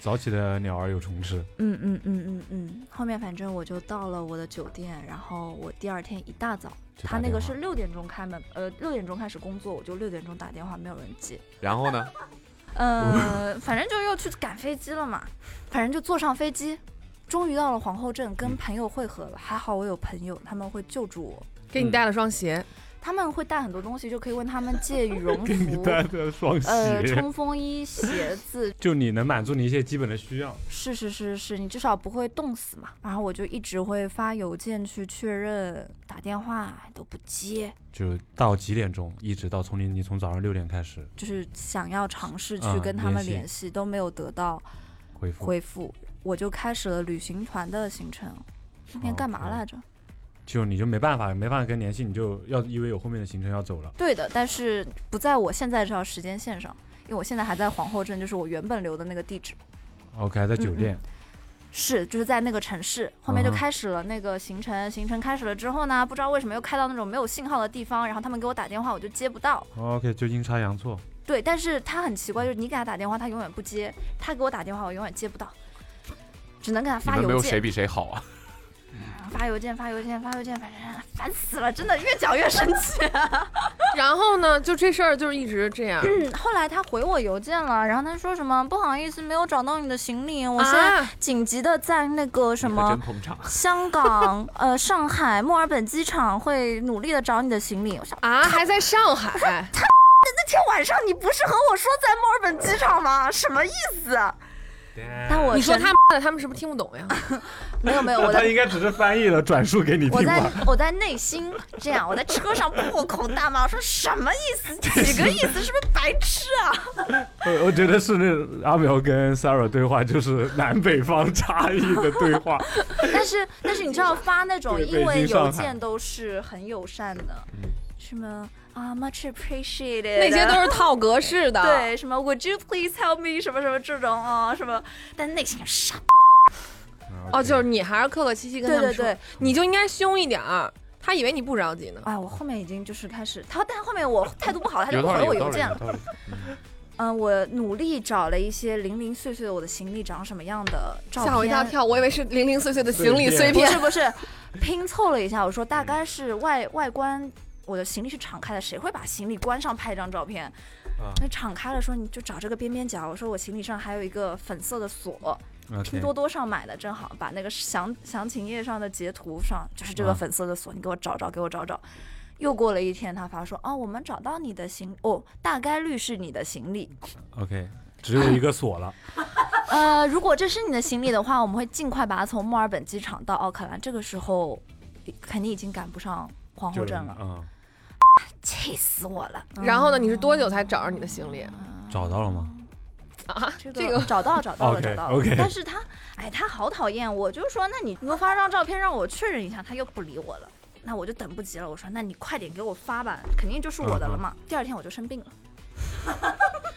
F: 早起的鸟儿有虫吃，
D: 嗯嗯嗯嗯嗯，后面反正我就到了我的酒店，然后我第二天一大早，
F: 就打
D: 他那个
F: 电
D: 是
F: 话
D: 六点钟开门，呃，六点钟开始工作，我就六点钟打电话，没有人接，
B: 然后呢？
F: 嗯
D: 呃，反正就又去赶飞机了嘛，反正就坐上飞机，终于到了皇后镇，
F: 嗯
D: 跟朋友会合了，还好我有朋友，他们会救助我，
C: 给你带了双鞋，
D: 他们会带很多东西，就可以问他们借羽绒
F: 给 你
D: 服，
F: 带的双
D: 呃，
F: 鞋，
D: 冲锋衣、鞋子，
F: 就你能满足你一些基本的需要。
D: 是是是是，你至少不会冻死嘛。然后我就一直会发邮件去确认，打电话都不接，
F: 就到几点钟，一直到从你你从早上六点开始
D: 就是想要尝试去
F: 啊
D: 跟他们
F: 联系
D: 联系，都没有得到
F: 恢复，
D: 回复。我就开始了旅行团的行程。那天干嘛
F: 哦 OK
D: 来着？
F: 就你就没办法没办法跟联系，你就要因为有后面的行程要走了。
D: 对的，但是不在我现在这条时间线上，因为我现在还在皇后镇，就是我原本留的那个地址。
F: OK，还在酒店，
D: 是，就是在那个城市，后面就
F: 嗯哼
D: 开始了那个行程。行程开始了之后呢，不知道为什么又开到那种没有信号的地方，然后他们给我打电话，我就接不到。
F: OK，就阴差阳错，
D: 对，但是他很奇怪，就是你给他打电话，他永远不接；他给我打电话，我永远接不到，只能给他
B: 你
D: 发
B: 们没
D: 邮
B: 有谁
D: 件，
B: 比谁好啊？
D: 发邮件，发邮件，发邮件，反正烦死了，真的越讲越生气。
C: 然后呢，就这事儿就是一直这样。
D: 嗯后来他回我邮件了，然后他说什么不好意思，没有找到你的行李，我现在
C: 啊，
D: 紧急的在那个什
B: 你可
D: 么
B: 真。捧场。
D: 香港、呃，上海、墨尔本机场会努力的找你的行
F: 嗯
D: 李。我想，
C: 啊，还在上 海，
D: 那天晚上你不是和我说在墨尔本机场吗？什么意 思？但我
C: 你说
D: 真
C: 他妈的，他们是不是听不懂呀？
D: 没有没有，我的
F: 他应该只是翻译了转述给你
D: 我
F: 听
D: 在
F: 吧。
D: 我在内心这样，我在车上破口大骂，我说什么意思？几个意思？是不是白痴啊？
F: 呃我我觉得是那阿苗跟 Sarah 对话，就是南北方差异的对话。
D: 但是但是你知道发那种
F: 对
D: 英
F: 北
D: 文
F: 京上海嗯
D: 邮件都是很友善的，什么啊 much appreciated 啊
C: 那些都是套格式的。，
F: 啊
D: 对什么 Would you please help me 什么什么这种啊什么，但内心傻。
C: 哦，就是你还是客客气气跟
D: 对
C: 他
D: 对
C: 们说，
D: 对，
C: 你就应该凶一点儿。他以为你不着急呢。
D: 哎，我后面已经就是开始他，但后面我态度不好，他就
B: 有
D: 不
B: 道
D: 回
B: 理，
D: 我
B: 有道
D: 邮
B: 理，
D: 件了
B: 有。道理。
D: 嗯，我努力找了一些零零碎碎的我的行李长什么样的照片，
C: 吓我一大跳，我以为是零零碎碎的行李
F: 碎
C: 碎
D: 不
C: 片
D: 是。不是，拼凑了一下，我说大概是外外观，我的行李是敞开的，谁会把行李关上拍一张照片？
F: 啊
D: 那敞开了说你就找这个边边角，我说我行李上还有一个粉色的锁，拼
F: OK，
D: 多多上买的，正好把那个详详情页上的截图上就是这个
F: 啊
D: 粉色的锁，你给我找找，给我找找。又过了一天，他发说哦，我们找到你的行哦，大概率是你的行李。
F: OK，只有一个锁 了。
D: 呃，如果这是你的行李的话，我们会尽快把它从墨尔本机场到奥克兰。这个时候，肯定已经赶不上皇后
F: 就
D: 镇了，
F: 嗯，
D: 气死我了。
C: 然后呢，你是多久才找着你的行李？
F: 找到了吗？
D: 嗯
C: 啊，
D: 这
C: 这个
D: 个找到找到了
F: OK，
D: 找到了
F: OK，
D: 但是他，哎，他好讨厌。我就说，那你给我发张照片让我确认一下，他又不理我了。那我就等不及了，我说，那你快点给我发吧，肯定就是我的了
F: 嗯
D: 嘛。第二天我就生病了，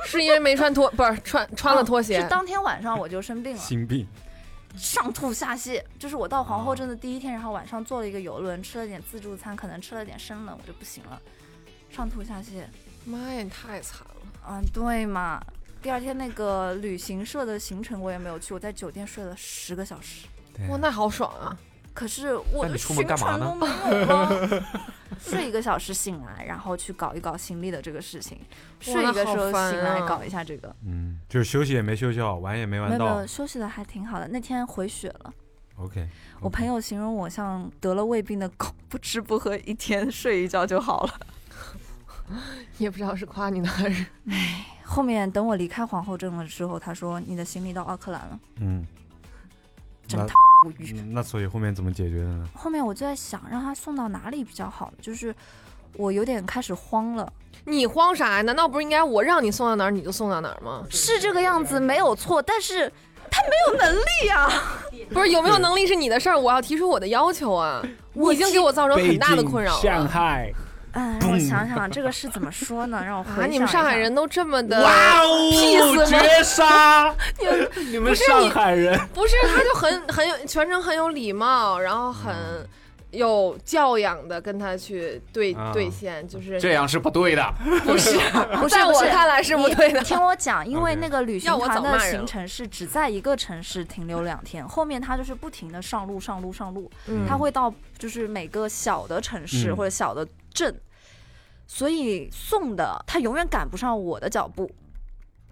C: 是因为没穿拖，不 是穿穿了拖鞋
D: 是。当天晚上我就生病了，
F: 心病。
D: 上吐下泻，就是我到皇
B: 哦
D: 后镇的第一天，然后晚上坐了一个游轮，吃了点自助餐，可能吃了点生冷，我就不行了，上吐下泻。
C: 妈呀，你太惨了！
D: 嗯，对嘛。第二天那个旅行社的行程我也没有去，我在酒店睡了十个小时，
C: 哇，那好爽啊！
D: 可是
B: 那
D: 我的
B: 你出
D: 行
B: 门干嘛
D: 程
B: 呢
D: 都没有了。 睡一个小时醒来，然后去搞一搞行李的这个事情，睡一个时候
C: 好烦
D: 醒来
C: 啊
D: 搞一下这个，
F: 嗯，就是休息也没休息好，玩也没
D: 没
F: 玩
D: 有没
F: 到
D: 有。休息的还挺好的。那天回血了。
F: OK，
D: 我朋友形容我像得了胃病的狗，不吃不喝一天，睡一觉就好了。
C: 也不知道是夸你呢还 是……
D: 后面等我离开皇后镇了之后，他说你的行李到奥克兰了，
F: 嗯，
D: 真
F: 那
D: 他无语。
F: 嗯那所以后面怎么解决的呢？
D: 后面我就在想，让他送到哪里比较好呢？就是我有点开始慌了，
C: 你慌啥呀？难道不是应该我让你送到哪儿你就送到哪儿吗？
D: 是这个样子没有错，但是他没有能力呀、
C: 不是有没有能 力是你的事儿，我要提出我的要求啊！
D: 我
C: 你已经给我造成很大的困扰了。
F: 海，
D: 嗯，让我想想这个是怎么说呢？让我回
C: 啊，
D: 想一下。
C: 你们上海人都这么的，
F: 哇哦，
C: peace 吗
F: 绝杀！你们
C: 不是
F: 上
C: 你
F: 海人，
C: 不是，他就很 很有全程很有礼貌，然后很有教养的跟他去对、
F: 啊
C: 对线，就是
B: 这样是不对的。
C: 不是，
D: 不是
C: 在
D: 不
C: 我
D: 是
C: 看来是不对的
D: 你。 听我讲，因为
F: OK
D: 那个旅行
C: 要我
D: 团
C: 早
D: 的
C: 骂人
D: 行
C: 了
D: 程是只在一个城市停留两天，后面他就是不停的上路上路上路，
C: 嗯
D: 他会到就是每个小的城市
F: 嗯
D: 或者小的镇，所以送的他永远赶不上我的脚步。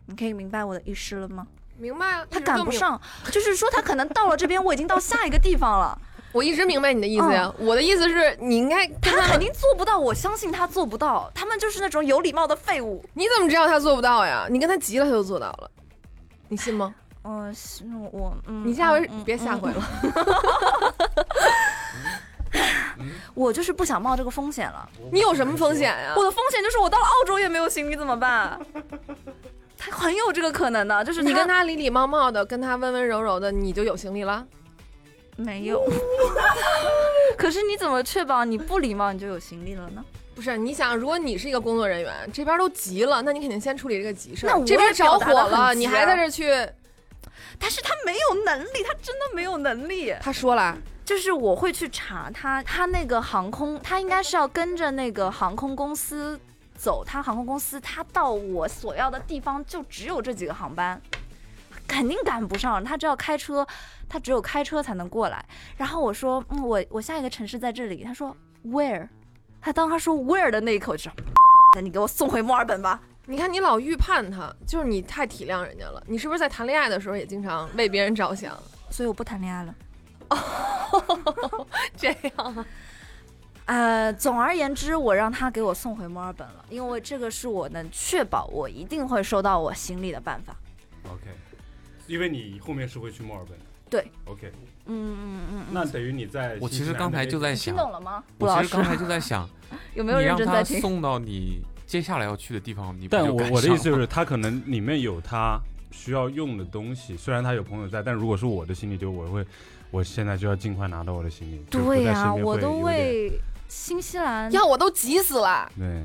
D: 你可以明白我的意思了吗？
C: 明白啊，
D: 他
C: 一直
D: 赶
C: 都
D: 不
C: 明。
D: 上，就是说他可能到了这边，我已经到下一个地方 了，
C: 我一直明白你的意思呀、
D: 哦
C: 我的意思是你应该，
D: 他肯定做不到，我相信他做不到。他们就是那种有礼貌的废物。
C: 你怎么知道他做不到呀？你跟他急了，他就做到了，你信吗？
D: 嗯、是我嗯，
C: 你下回
D: 嗯嗯
C: 别下
D: 嗯
C: 回了。
D: 我就是不想冒这个风险了。
C: 你有什么风险呀、
D: 我的风险就是我到了澳洲也没有行李怎么办？ 他很有这个可能的，就 是
C: 你跟他礼礼貌貌的，跟他温温柔柔的，你就有行李了。
D: 没 有。可是你怎么确保你不礼貌你就有行李了呢？
C: 不是，你想，如果你是一个工作人员，这边都急了，那你肯定先处理这个急事儿。
D: 那我
C: 这边
D: 也表
C: 着
D: 达
C: 火
D: 得很
C: 了，
D: 急
C: 你
D: 啊
C: 还在这儿去？
D: 但是他没有能力，他真的没有能力。
C: 他说了，
D: 就是我会去查他，他那个航空，他应该是要跟着那个航空公司走，他航空公司他到我所要的地方就只有这几个航班，肯定赶不上，他只要开车，他只有开车才能过来。然后我说，嗯，我我下一个城市在这里，他说 where，他当他说 where 的那一口就，你给我送回墨尔本吧。
C: 你看你老预判他，就是你太体谅人家了。你是不是在谈恋爱的时候也经常为别人着想？
D: 所以我不谈恋爱 了。
C: 这样啊，
D: 呃，总而言之，我让他给我送回墨尔本了，因为这个是我能确保我一定会收到我行李的办法。
E: OK，因为你后面是会去墨尔本。
D: 对。
E: OK，
D: 嗯嗯嗯嗯，
E: 那等于你在
B: 我其
E: 新西
B: 实
E: 兰
B: 刚才
E: 那
B: 就在
F: 哎
E: 边
D: 听
B: 想，
D: 懂了吗？吴
B: 我
D: 老
B: 其实
D: 师
B: 刚才就在想，
D: 有没有
B: 你
D: 认
B: 让
D: 真在
B: 他
D: 听？
B: 送到你接下来要去的地方，你不
F: 但
B: 就
F: 我
B: 赶
F: 我的
B: 上
F: 意 思
B: 了
F: 就是，他可能里面有他需要用的东西，虽然他有朋友在，但如果是我的行李丢，我会，我现在就要尽快拿到我的行李。就不
D: 对
F: 在
D: 呀、
F: 身边
D: 我
F: 会
D: 都
F: 有点
D: 为新西兰，
C: 要我都急死了。
F: 对，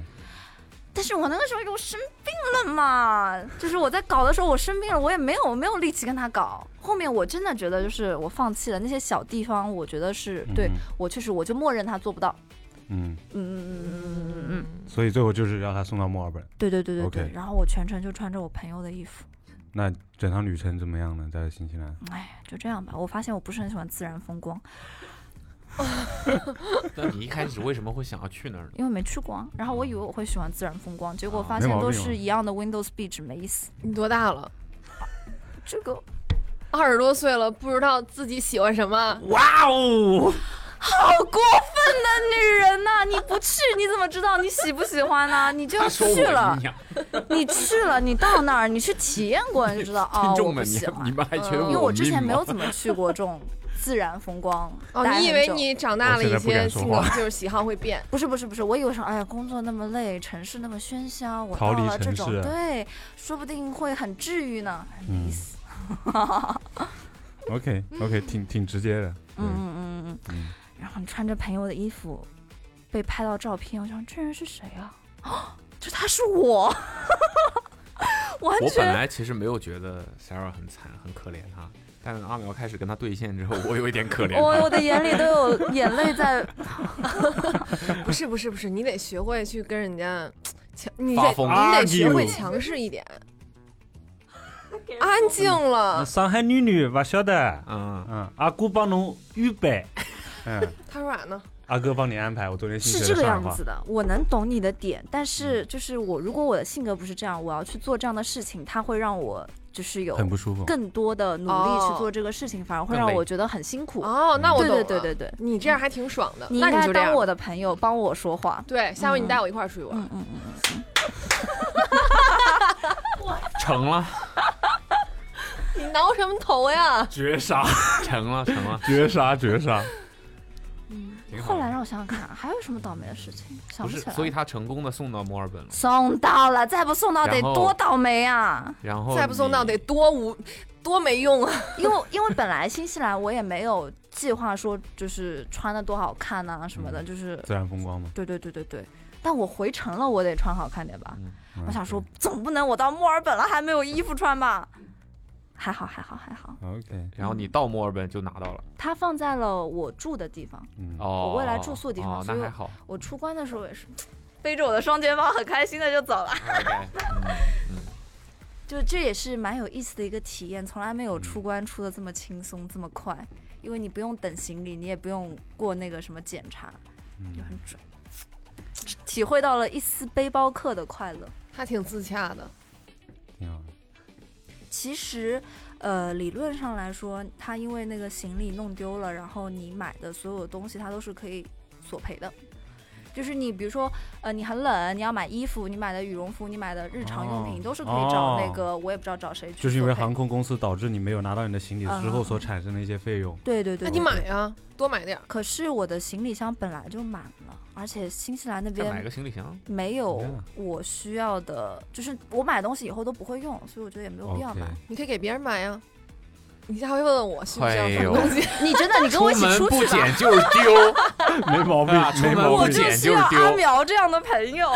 D: 但是我那个时候又生病了嘛，就是我在搞的时候我生病了，我也没有没有力气跟他搞。后面我真的觉得就是我放弃了那些小地方，我觉得是对
F: 嗯
D: 我确实我就默认他做不到。
F: 嗯，
D: 嗯嗯嗯嗯嗯嗯嗯，
F: 所以最后就是要他送到墨尔本。
D: 对对对对对。
F: OK
D: 然后我全程就穿着我朋友的衣服。
F: 那整趟旅程怎么样呢？在新西兰，
D: 哎，就这样吧。我发现我不是很喜欢自然风光，
B: 那你一开始为什么会想要去那儿呢？
D: 因为没去过啊。然后我以为我会喜欢自然风光，结果
B: 啊
D: 发
F: 没
D: 现
F: 毛
D: 都
F: 病啊
D: 是一样的 Windows Beach，没意思。
C: 你多大了？
D: 这个
C: 二十多岁了，不知道自己喜欢什么。
F: 哇哦，
D: 好过分的女人呐、你不去你怎么知道你喜不喜欢呢、你就
B: 他说我
D: 啊去了
B: 一，样，
D: 你去了，你到那儿，你去体验过，你就知道哦
B: 听，
D: 我
B: 众
D: 不
B: 们，你
D: 喜欢嗯
B: 你，们还觉得
D: 因
B: 我
D: 为我之前
B: 命
D: 没有
B: 吗
D: 怎么去过这种自然风光。
C: 哦，
D: 待
C: 你以
D: 很
C: 为
D: 久
C: 你长大了，
F: 我现
C: 一
F: 在不
C: 些
F: 敢说
C: 性格
F: 话
C: 就是喜好会变。
D: 不是不是不是，我以为说，哎呀，工作那么累，城市那么喧嚣，我
F: 逃
D: 到
F: 离
D: 了这
F: 城
D: 种，
F: 市
D: 对，说不定会很治愈呢。
F: 嗯，OK OK，挺挺直接的，
D: 嗯嗯嗯嗯嗯
F: 嗯。
D: 然后你穿着朋友的衣服，被拍到照片，我想这人是谁啊？ 哦，就他是我， 完
B: 我本
D: 全
B: 来其实没有觉得 Sarah 很惨，很可怜她，但是阿苗开始跟她对线之后，我有一点可怜
D: 我
B: 她。
D: 我的眼里 都有眼泪在。
C: 不是不是不是，你得学会去跟人家 强，你得
B: 发疯
C: 你得学会
F: Argue
C: 强势一点。安静了，
F: 上海女女不晓得，
B: 嗯，
F: 嗯，阿姑帮侬预备，嗯，
C: 他说啥呢？
F: 阿哥帮你安排。我昨天新
D: 是
F: 学
D: 这
F: 的
D: 个
F: 上海
D: 样
F: 话嗯
D: 子，的，我能懂你的点，但是就是我，如果我的性格不是这样，我要去做这样的事情，它会让我就是有
F: 很不舒服。
D: 更多的努力去做这个事情，反而会
B: 嗯更
D: 让
B: 累
D: 我觉得很辛苦。
C: 哦，那我
D: 对
C: 懂
D: 对
C: 了。
D: 对对对，
C: 你这样还挺爽的。
D: 你
C: 那
D: 应
C: 你
D: 该
C: 就这
D: 当
C: 样
D: 我。的朋友，帮我说话。
C: 对，下回你带我一块儿出去玩。
D: 嗯嗯，
B: 成 了，
C: 你挠什么头呀？
F: 绝杀，
B: 成了，成 了，
F: 绝杀，绝 杀！
B: 挺好
D: 后来
B: 的。
D: 让我想想看，还有什么倒霉的事情，想
B: 不
D: 起
B: 是，
D: 来了。
B: 所以她成功的送到墨尔本了。
D: 送到了，再不送到得
B: 然后
D: 多倒霉啊！
B: 然后
C: 再不送到
B: 哦你
C: 得多无多没用啊！
D: 因为因为本来新西兰我也没有
B: 嗯
D: 计划说就是穿的多好看呐、什么的，就是
F: 自然风光嘛，
D: 对对对对对。但我回程了，我得穿好看点吧。
F: 嗯
D: 我想说，总不能我到墨尔本了还没有衣服穿吧？还好，还好，还好，
F: ，OK，
B: 然后你到墨尔本就拿到了。
D: 它放在了我住的地方。
F: 嗯，
B: 哦，
D: 我未来住宿地方
B: 哦，
D: 所以
B: 那还好。
D: 我出关的时候也是背着我的双肩包，很开心的就走了。 就这也是蛮有意思的一个体验，从来没有出关出的这么轻松、这么快，因为你不用等行李，你也不用过那个什么检查，就很准。体会到了一丝背包客的快乐。
C: 他挺自洽的。
F: 挺好。
D: 其实，呃，理论上来说，他因为那个行李弄丢了，然后你买的所有东西，它都是可以索赔的。就是你，比如说，呃，你很冷，你要买衣服，你买的羽绒服，你买的日常用品，
F: 哦
D: 都是可以找那
F: 哦
D: 个，我也不知道找谁去索赔。
F: 就是因为航空公司导致你没有拿到你的行李
D: 嗯
F: 之后所产生的一些费用。
D: 对对对，
C: 那你买呀，多买点儿。
D: 可是我的行李箱本来就满了，而且新西兰那
B: 再买
D: 边
B: 个行李箱。
D: 没有
F: 嗯
D: 我需要的，就是我买东西以后都不会用，所以我觉得也没有必要
F: OK，
D: 买。
C: 你可以给别人买呀。你下回问问我需不需要
B: 哎
C: 什
B: 呦
C: 么东西？
D: 你真的，你跟我一起
B: 门
D: 出
B: 不
D: 去吧。
B: 捡就是丢，
F: 没毛病
B: 啊，出
F: 没
B: 门
F: 毛
D: 我
B: 不
F: 病
B: 捡。
D: 就需要阿苗这样的朋友。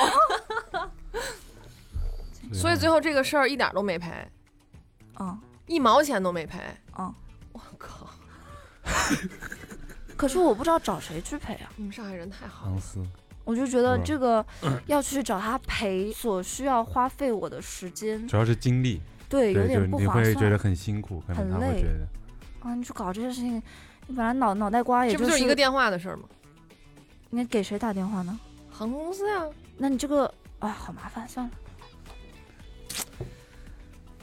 F: 对
C: 所以最后这个事儿一点儿都没赔，
D: 嗯
C: 一毛钱都没赔。
D: 嗯，
C: 我靠，
D: 可是我不知道找谁去赔啊，
C: 你嗯们上海人太好了
F: 航。司
D: 我就觉得
F: 是吧
D: 这个要去找他赔，所需要花费我的时间，
F: 主要是精力，
D: 对，有
F: 对，就
D: 点不
F: 你
D: 划
F: 会觉得
D: 算
F: 很辛苦，可能
D: 很
F: 他会
D: 累
F: 觉得。
D: 啊！你去搞这些事情，你本来脑脑袋瓜也
C: 这不
D: 是
C: 就是一个电话的事儿吗？
D: 你给谁打电话呢？
C: 航空公司呀，
D: 那你这个哎，好麻烦，算了。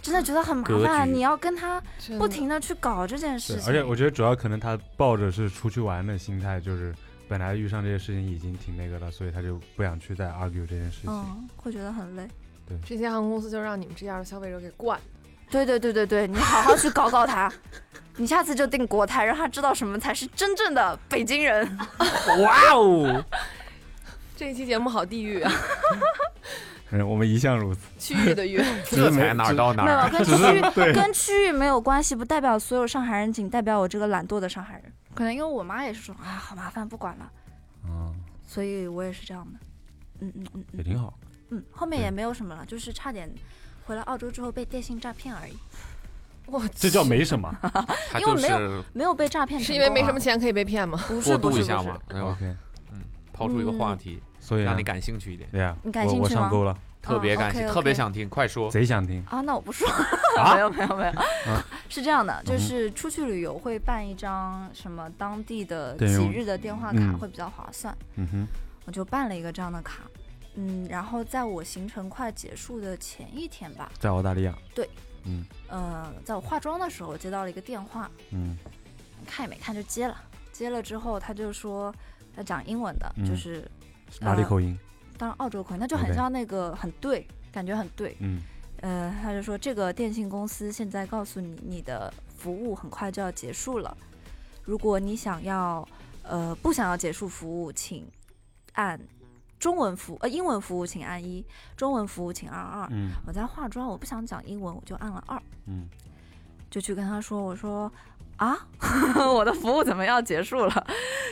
D: 真的觉得很麻
B: 格
D: 烦，
B: 局
D: 你要跟他
C: 真的
D: 不停的去搞这件
F: 对
D: 事，情，
F: 而且我觉得主要可能他抱着是出去玩的心态，就是本来遇上这些事情已经挺那个了，所以他就不想去再 argue 这件事情。
D: 嗯，会觉得很累。
C: 这些航空公司就让你们这样的消费者给惯。
D: 对对对对对，你好好去搞搞 他，你下次就订国泰，让他知道什么才是真正的北京人。
B: 哇哦！
C: 这一期节目好地狱啊，
F: 嗯，我们一向如此。
C: 区域的域。
B: 这才哪儿到哪
D: 没有
B: 儿？
D: 跟区域跟区域没有关系，不代表所有上海人，仅代表我这个懒惰的上海人。可能因为我妈也是说啊，好麻烦，不管了，
F: 嗯，
D: 所以我也是这样的。嗯嗯嗯
F: 也挺好。
D: 嗯，后面也
F: 对
D: 没有什么了，就是差点回来澳洲之后被电信诈骗而已，
C: 我
F: 这叫没什 么。
B: 他
D: 因为
B: 就
D: 没有
B: 是
D: 没有被诈骗
C: 是
D: 成
C: 因为
D: 功
C: 没
D: 啊
C: 什么钱可以被骗吗？
D: 不是
B: 过
D: 不
B: 渡
D: 是
B: 一
D: 不
B: 下
D: 是，
E: 啊
B: 嘛，对吧？
F: OK，
B: 抛出一个话
E: 嗯
B: 题，
F: 所以啊
B: 让你感兴趣一点，
F: 对呀，
D: 你感
F: 我
D: 兴
F: 我
D: 趣吗
F: 上钩了，
B: 特别感兴，
D: OK，OK
B: 特别想听，快说。
F: 贼想听。
D: 啊，那我不说，没有没有没有， 是这样的，就是出去旅游会办一张什么当地的
F: 电
D: 几
F: 邮
D: 日的电话卡
F: 嗯
D: 会比较划算，
F: 嗯哼，
D: 我就办了一个这样的卡。嗯，然后在我行程快结束的前一天吧，
F: 在澳大利亚，
D: 呃，在我化妆的时候接到了一个电话，
F: 嗯
D: 看也没看就接了，接了之后他就说他讲英文的，就
F: 嗯
D: 是
F: 哪里
D: 呃
F: 口音？
D: 当然澳洲口音，那就很
F: OK
D: 像那个很对，感觉很对，
F: 嗯，
D: 呃，他就说这个电信公司现在告诉你，你的服务很快就要结束了。如果你想要，呃，不想要结束服务，请按中文服呃英文服务请按一，中文服务请按二。
F: 嗯
D: 我在化妆，我不想讲英文，我就按了二，
F: 嗯，
D: 就去跟他说，我说啊， 我的服务怎么要结束了？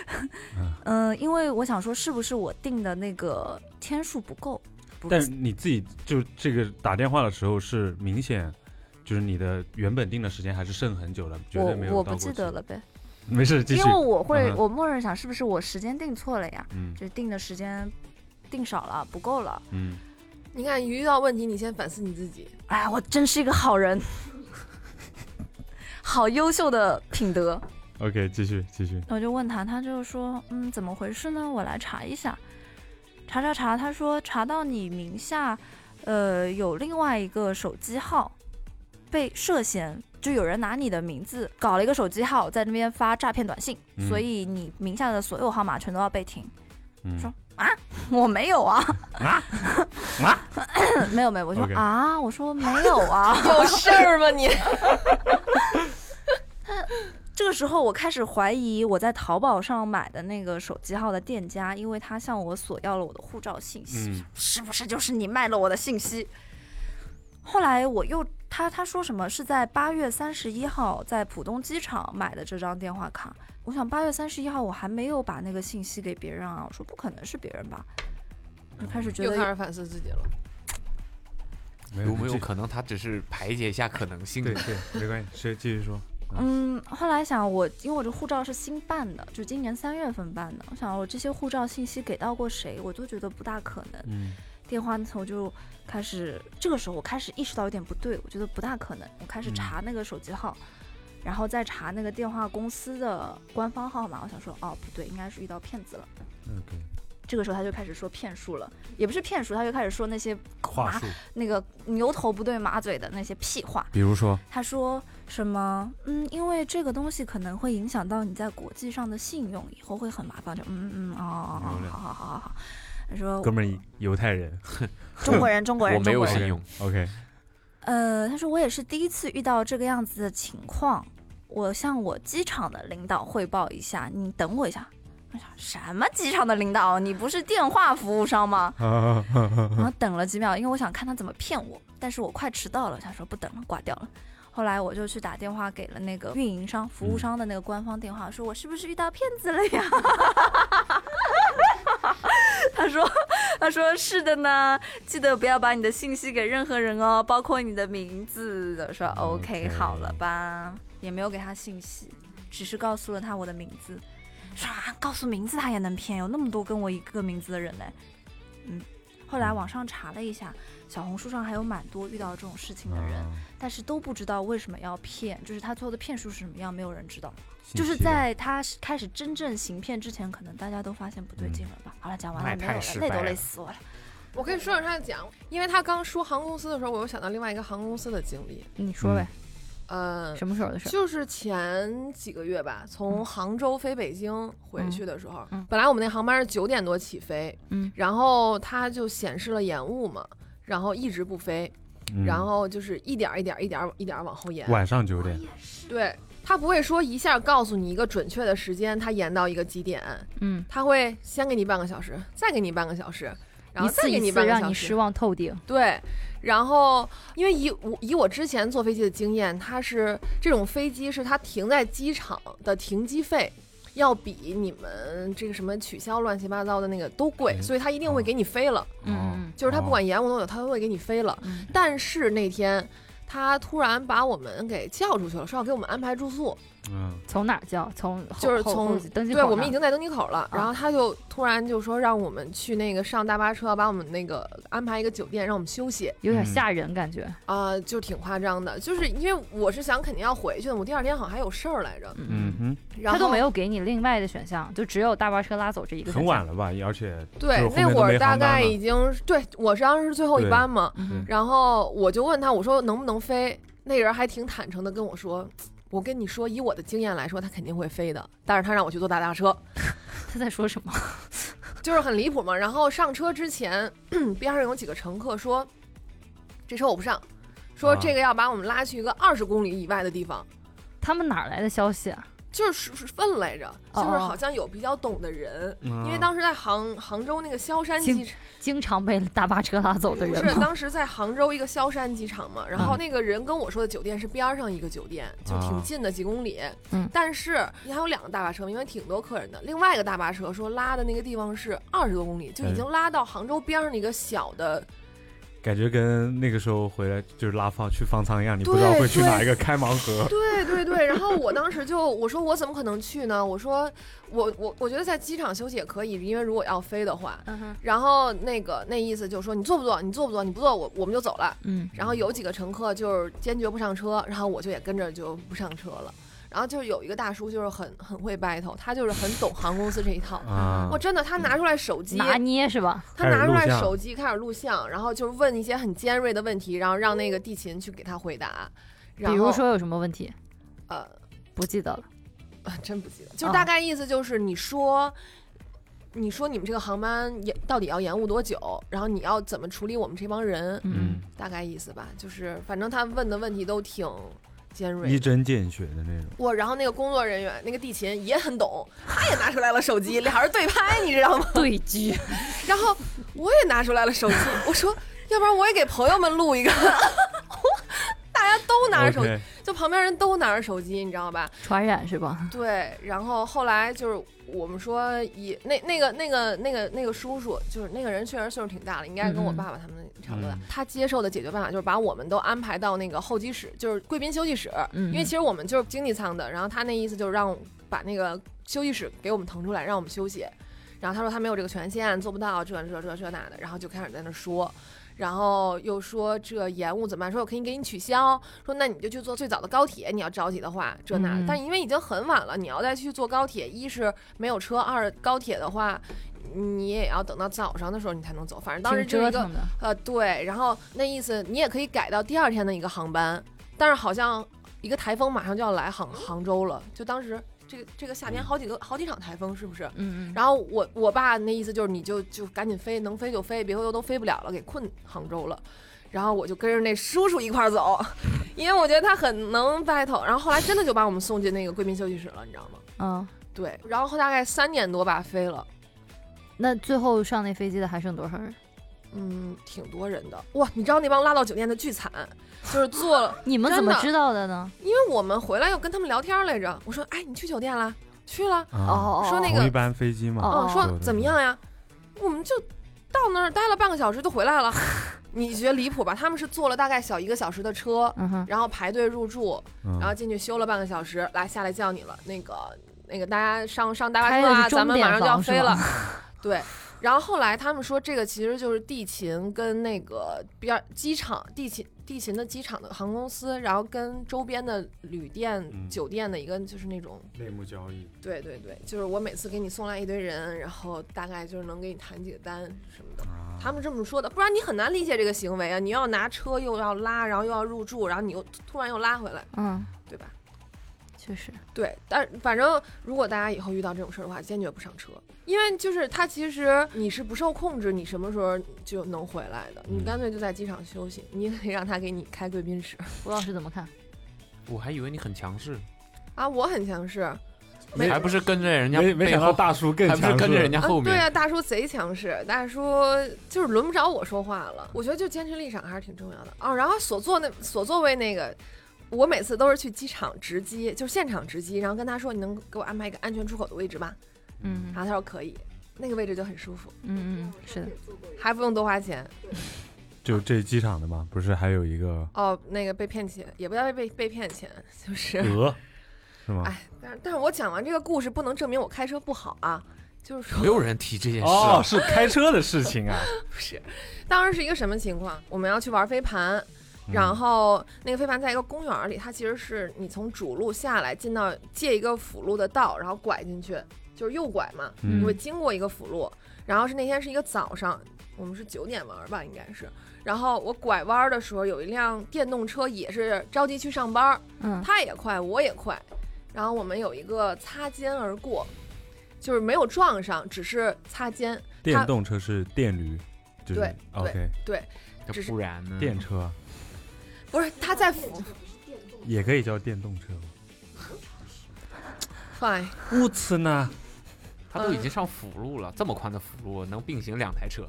D: 嗯、因为我想说，是不是我定的那个天数不够？不
F: 但你自己就这个打电话的时候是明显，就是你的原本定的时间还是剩很久了，绝对没有
D: 我我
F: 到
D: 不
F: 过
D: 记
F: 期
D: 得了，呗。
F: 没事，继续
D: 因为。我会，
F: 嗯哼
D: 我默认想是不是我时间定错了呀？
F: 嗯
D: 就是定的时间定少了，不够了。
F: 嗯，
C: 你看，一遇到问题，你先反思你自己。
D: 哎，我真是一个好人， 好优秀的品德。
F: OK，继续继续。
D: 我就问他，他就说，嗯，怎么回事呢？我来查一下，查查查，他说查到你名下，呃，有另外一个手机号，被涉嫌就有人拿你的名字搞了一个手机号，在那边发诈骗短信，
F: 嗯
D: 所以你名下的所有号码全都要被停。
F: 嗯，
D: 说 我没有啊，
F: 啊啊
D: 没有没有，我说
F: OK
D: 啊，我说没有啊。
C: 有事儿吗你？
D: 这个时候我开始怀疑我在淘宝上买的那个手机号的店家，因为他向我索要了我的护照信息，
F: 嗯
D: 是不是就是你卖了我的信息？后来我又他他说什么是在八月三十一号在浦东机场买的这张电话卡，我想八月三十一号我还没有把那个信息给别人啊，我说不可能是别人吧。就开始觉
C: 又开
D: 得
C: 始反思自己了。
F: 嗯没
B: 有没有
F: 这
B: 可能他只是排解一下可能性
F: 对
B: 呢？
F: 对，没关系，谁继续说？
D: 嗯，后来想我，因为我这护照是新办的，就今年三月份办的。我想我这些护照信息给到过谁，我都觉得不大可能。
F: 嗯，
D: 电话那头就开始，这个时候我开始意识到有点不对，我觉得不大可能。我开始
F: 嗯
D: 查那个手机号，然后再查那个电话公司的官方号码。我想说，哦，不对，应该是遇到骗子了。
F: OK
D: 这个时候他就开始说骗术了，也不是骗术，他就开始说那些
F: 话
D: 麻
F: 术，
D: 那个牛头不对马嘴的那些屁话。
F: 比如说，
D: 他说什么？嗯，因为这个东西可能会影响到你在国际上的信用，以后会很麻烦。就嗯嗯哦哦
F: 明白
D: 哦，好好好好好。他说
F: 哥们儿，犹太人
D: 中国人，中国人，
B: 我没有
D: 中国人
B: 信用，
F: ，OK，
D: 呃，他说我也是第一次遇到这个样子的情况，我向我机场的领导汇报一下，你等我一下。我想什么机场的领导？你不是电话服务商吗？然后等了几秒，因为我想看他怎么骗我，但是我快迟到了，我想说不等了，挂掉了。后来我就去打电话给了那个运营商、服务商的那个官方电话，说我是不是遇到骗子了呀？ 他说：“他说是的呢，记得不要把你的信息给任何人哦，包括你的名字。”我说
F: OK
D: ：“OK，好了吧？”也没有给他信息，只是告诉了他我的名字。说啊，告诉名字他也能骗，有那么多跟我一个名字的人呢。嗯，后来网上查了一下，小红书上还有蛮多遇到这种事情的
B: 啊
D: 人，但是都不知道为什么要骗，就是他做的骗术是什么样，没有人知道。就是在他是开始真正行骗之前，可能大家都发现不对劲了吧？好了，讲完
B: 嗯那
D: 了，
B: 也
D: 没
B: 太
D: 有了
B: 失，
D: 累
B: 败
D: 都累
B: 了
D: 死我了。
C: 我可以顺着他讲，因为他刚说航空公司的时候，我又想到另外一个航空公司的经历。
G: 你说呗，
C: 呃，
G: 什么时候的事儿？嗯
C: 就是前几个月吧，从杭州飞北京回去的时候，
G: 嗯嗯
C: 本来我们那航班是九点多起飞，
G: 嗯
C: 然后它就显示了延误嘛，然后一直不飞，
F: 嗯
G: 嗯
C: 然后就是一点儿一点儿一点儿一点儿往后延，
F: 晚上九点，
C: 对。它不会说一下告诉你一个准确的时间，它延到一个几点，
G: 嗯，
C: 它会先给你半个小时，再给你半个小时，然
G: 一
C: 后再
G: 次
C: 给
G: 一
C: 你
G: 次
C: 半个
G: 让
C: 小
G: 你
C: 时
G: 失，望透顶。
C: 对，然后因为以我以我之前坐飞机的经验，它是这种飞机是它停在机场的停机费。要比你们这个什么取消乱七八糟的那个都贵，
F: 嗯
C: 所以它一定会给你飞了。
G: 嗯
C: 就是它不管延误多久，它都会给你飞了。
G: 嗯
C: 但是那天他突然把我们给叫出去了，说要给我们安排住宿。
F: 嗯，
G: 从哪儿叫？从后
C: 就是
G: 后
C: 从
G: 后登机
C: 对，
G: 口啊
C: 我们
G: 那
C: 已
G: 儿
C: 经在登机口了。然后他就突然就说让我们去那个上大巴车，把我们那个安排一个酒店，让我们休息。
G: 有点
F: 嗯
G: 吓人感觉。
C: 啊、就挺夸张的，就是因为我是想肯定要回去的，我第二天好像还有事儿来着，
F: 嗯
G: 嗯，
F: 哼，
C: 然
G: 他
C: 后
G: 都没有给你另外的选项，就只有大巴车拉走这一个。
F: 很晚，了吧？而且
C: 对
F: 就是后面
C: 那
F: 都
C: 会
F: 没航
C: 儿大
F: 班
C: 概
F: 了
C: 已经对我当时是最后一
F: 对
C: 班嘛，
G: 嗯
C: 然后我就问他，我说能不能飞？那人还挺坦诚的跟我说，我跟你说，以我的经验来说，他肯定会飞的，但是他让我去坐大巴车，
G: 他在说什么？
C: 就是很离谱嘛。然后上车之前， 边上有几个乘客说，这车我不上，说
F: 啊
C: 这个要把我们拉去一个二十公里以外的地方。
G: 他们哪儿来的消息啊？
C: 就是是问来着，就
G: 哦
C: 是好像有比较懂的人，
F: 嗯
C: 因为当时在杭杭州那个萧山
G: 经
C: 机场，
G: 经常被大巴车拉走的
C: 不
G: 人
C: 是
G: 吗？嗯
C: 当时在杭州一个萧山机场嘛，然后那个人跟我说的酒店是边上一个酒店，就挺近的几公里，
G: 啊嗯
C: 但是还有两个大巴车，因为挺多客人的，另外一个大巴车说拉的那个地方是二十多公里，
G: 哎
C: 就已经拉到杭州边上的一个小的，
F: 感觉跟那个时候回来就是拉放去方舱一样，你不
C: 对
F: 知道会去
C: 对
F: 哪一个开盲盒。
C: 对对对，然后我当时就我说我怎么可能去呢？我说我我我觉得在机场休息也可以，因为如果要飞的话，
G: 嗯
C: 然后那个那意思就说你坐不坐？你坐不坐？你不坐我我们就走了。
G: 嗯，
C: 然后有几个乘客就是坚决不上车，然后我就也跟着就不上车了。然后就是有一个大叔就是很很会 battle，他就是很懂航空公司这 一套。
F: 啊
C: 我，真的，他拿出来手机，
G: 拿捏是吧？
C: 他拿出来
F: 开始录像
C: 手机开始录像，然后就是问一些很尖锐的问题，然后让那个地勤去给他回答。然
G: 比
C: 后
G: 如说有什么问题？
C: 呃，
G: 不记得了。
C: 啊真不记得，就是大概意思就是你说。你说你们这个航班延到底要延误多久？然后你要怎么处理我们这帮人？
G: 嗯，
C: 大概意思吧，就是反正他问的问题都挺尖锐的。
F: 一针见血的那种。
C: 我然后那个工作人员，那个地勤也很懂，他也拿出来了手机，俩人对拍，你知道吗？
G: 对狙，
C: 然后我 也拿出来了手机，我说，要不然我也给朋友们录一个，大家都拿着手机
F: OK
C: 就旁边人都拿着手机，你知道吧？
G: 传染是吧？
C: 对，然后后来就是我们说也那那个那个那个那个叔叔，就是那个人确实岁数挺大了，应该跟我
G: 嗯嗯
C: 爸爸他们差不多大。
F: 嗯
C: 他接受的解决办法就是把我们都安排到那个候机室，就是贵宾休息室，
G: 嗯
C: 因为其实我们就是经济舱的。然后他那意思就是让把那个休息室给我们腾出来，让我们休息。然后他说他没有这个权限，做不到这这这这那的，然后就开始在那说。然后又说这延误怎么办？说我可以给你取消，说那你就去坐最早的高铁，你要着急的话，这那的。
G: 嗯
C: 但因为已经很晚了，你要再去坐高铁，一是没有车，二高铁的话，你也要等到早上的时候你才能走。反正当时
G: 挺
C: 就是
G: 折
C: 一个
G: 腾的，
C: 呃，对，然后那意思你也可以改到第二天的一个航班，但是好像一个台风马上就要来杭杭州了，就当时这个这个夏天好几个好几场台风是不是？
G: 嗯嗯，
C: 然后我我爸那意思就是你就就赶紧飞，能飞就飞，别回头都飞不了了，给困杭州了。然后我就跟着那叔叔一块儿走， 因为我觉得他很能 battle。然后后来真的就把我们送进那个贵宾休息室了，你知道吗？
G: 嗯，
C: 对，然后大概三点多吧飞了，
G: 那最后上那飞机的还剩多少人？
C: 嗯，挺多人的哇！你知道那帮拉到酒店的巨惨，就是坐了。
G: 你们
C: 真
G: 怎么
C: 的
G: 知道的呢？
C: 因为我们回来又跟他们聊天来着，我说：“哎，你去酒店了？去了？
F: 哦，
G: 哦，
C: 说那个
F: 同一班飞机嘛，
G: 哦
C: 哦，
F: 对
C: 说
F: 对对
C: 怎么样呀？我们就到那儿待了半个小时就回来了， 你觉得离谱吧？他们是坐了大概小一个小时的车，
G: 嗯哼，
C: 然后排队入住，
F: 嗯
C: 然后进去休了半个小时，来下来叫你了，那个那个大家上上大巴
G: 开
C: 车
G: 的
C: 啊，
G: 是
C: 咱
G: 钟
C: 们马上
G: 点
C: 就要
G: 房是
C: 飞了
G: 吗，？
C: 对。然后后来他们说，这个其实就是地勤跟那个边儿机场地勤地勤的机场的航空公司，然后跟周边的旅店、
F: 嗯
C: 酒店的一个就是那种，
E: 内幕交易，
C: 对对对，就是我每次给你送来一堆人，然后大概就是能给你谈几个单什么的。
F: 啊
C: 他们这么说的，不然你很难理解这个行为啊！你又要拿车，又要拉，然后又要入住，然后你又突然又拉回来，
G: 嗯，
C: 对吧？
G: 确实，
C: 对，但反正如果大家以后遇到这种事儿的话，坚决不上车，因为就是它其实你是不受控制，你什么时候就能回来的，你
F: 嗯
C: 干脆就在机场休息，你也得让他给你开贵宾室
G: 吴老师怎么看？
B: 我还以为你很强势，
C: 啊！我很强势，没
B: 还不是跟着人家
E: 没没
B: 背
E: 想到
B: 后，
E: 大叔更
B: 还
E: 强势了，
B: 不是跟着人家后
C: 啊，对
B: 面。
C: 啊，大叔贼强势，大叔就是轮不着我说话了。我觉得就坚持立场还是挺重要的哦。然后所座那所座位那个，我每次都是去机场值机，就是现场值机，然后跟他说你能给我安排一个安全出口的位置吗？
G: 嗯
C: 然后他说可以，那个位置就很舒服，
G: 嗯嗯，是的，
C: 还不用多花钱。
F: 就这机场的嘛，不是还有一 个
C: 哦，那个被骗钱也不叫被被骗钱，就是，
F: 鹅，是吗？
C: 哎，但是但是我讲完这个故事，不能证明我开车不好啊，就是说
B: 没有人提这件事
F: 哦，
B: 啊，
F: 是开车的事情 啊，
C: 不是，当时是一个什么情况？我们要去玩飞盘，
F: 嗯
C: 然后那个飞盘在一个公园里，它其实是你从主路下来，进到借一个辅路的道，然后拐进去，就是右拐嘛，
F: 嗯
C: 你会经过一个辅路。然后是那天是一个早上，我们是九点玩吧，应该是。然后我拐弯的时候，有一辆电动车也是着急去上班，
G: 嗯
C: 他也快，我也快，然后我们有一个擦肩而过，就是没有撞上，只是擦肩。
F: 电动车是电驴，就是
C: 对
F: OK
B: 那
C: 只是
B: 不然呢？
F: 电车
C: 不是他在辅
F: 也可以叫电动车。
C: fine，
F: 我次呢？
B: 他都已经上辅路了，这么宽的辅路能并行两台车，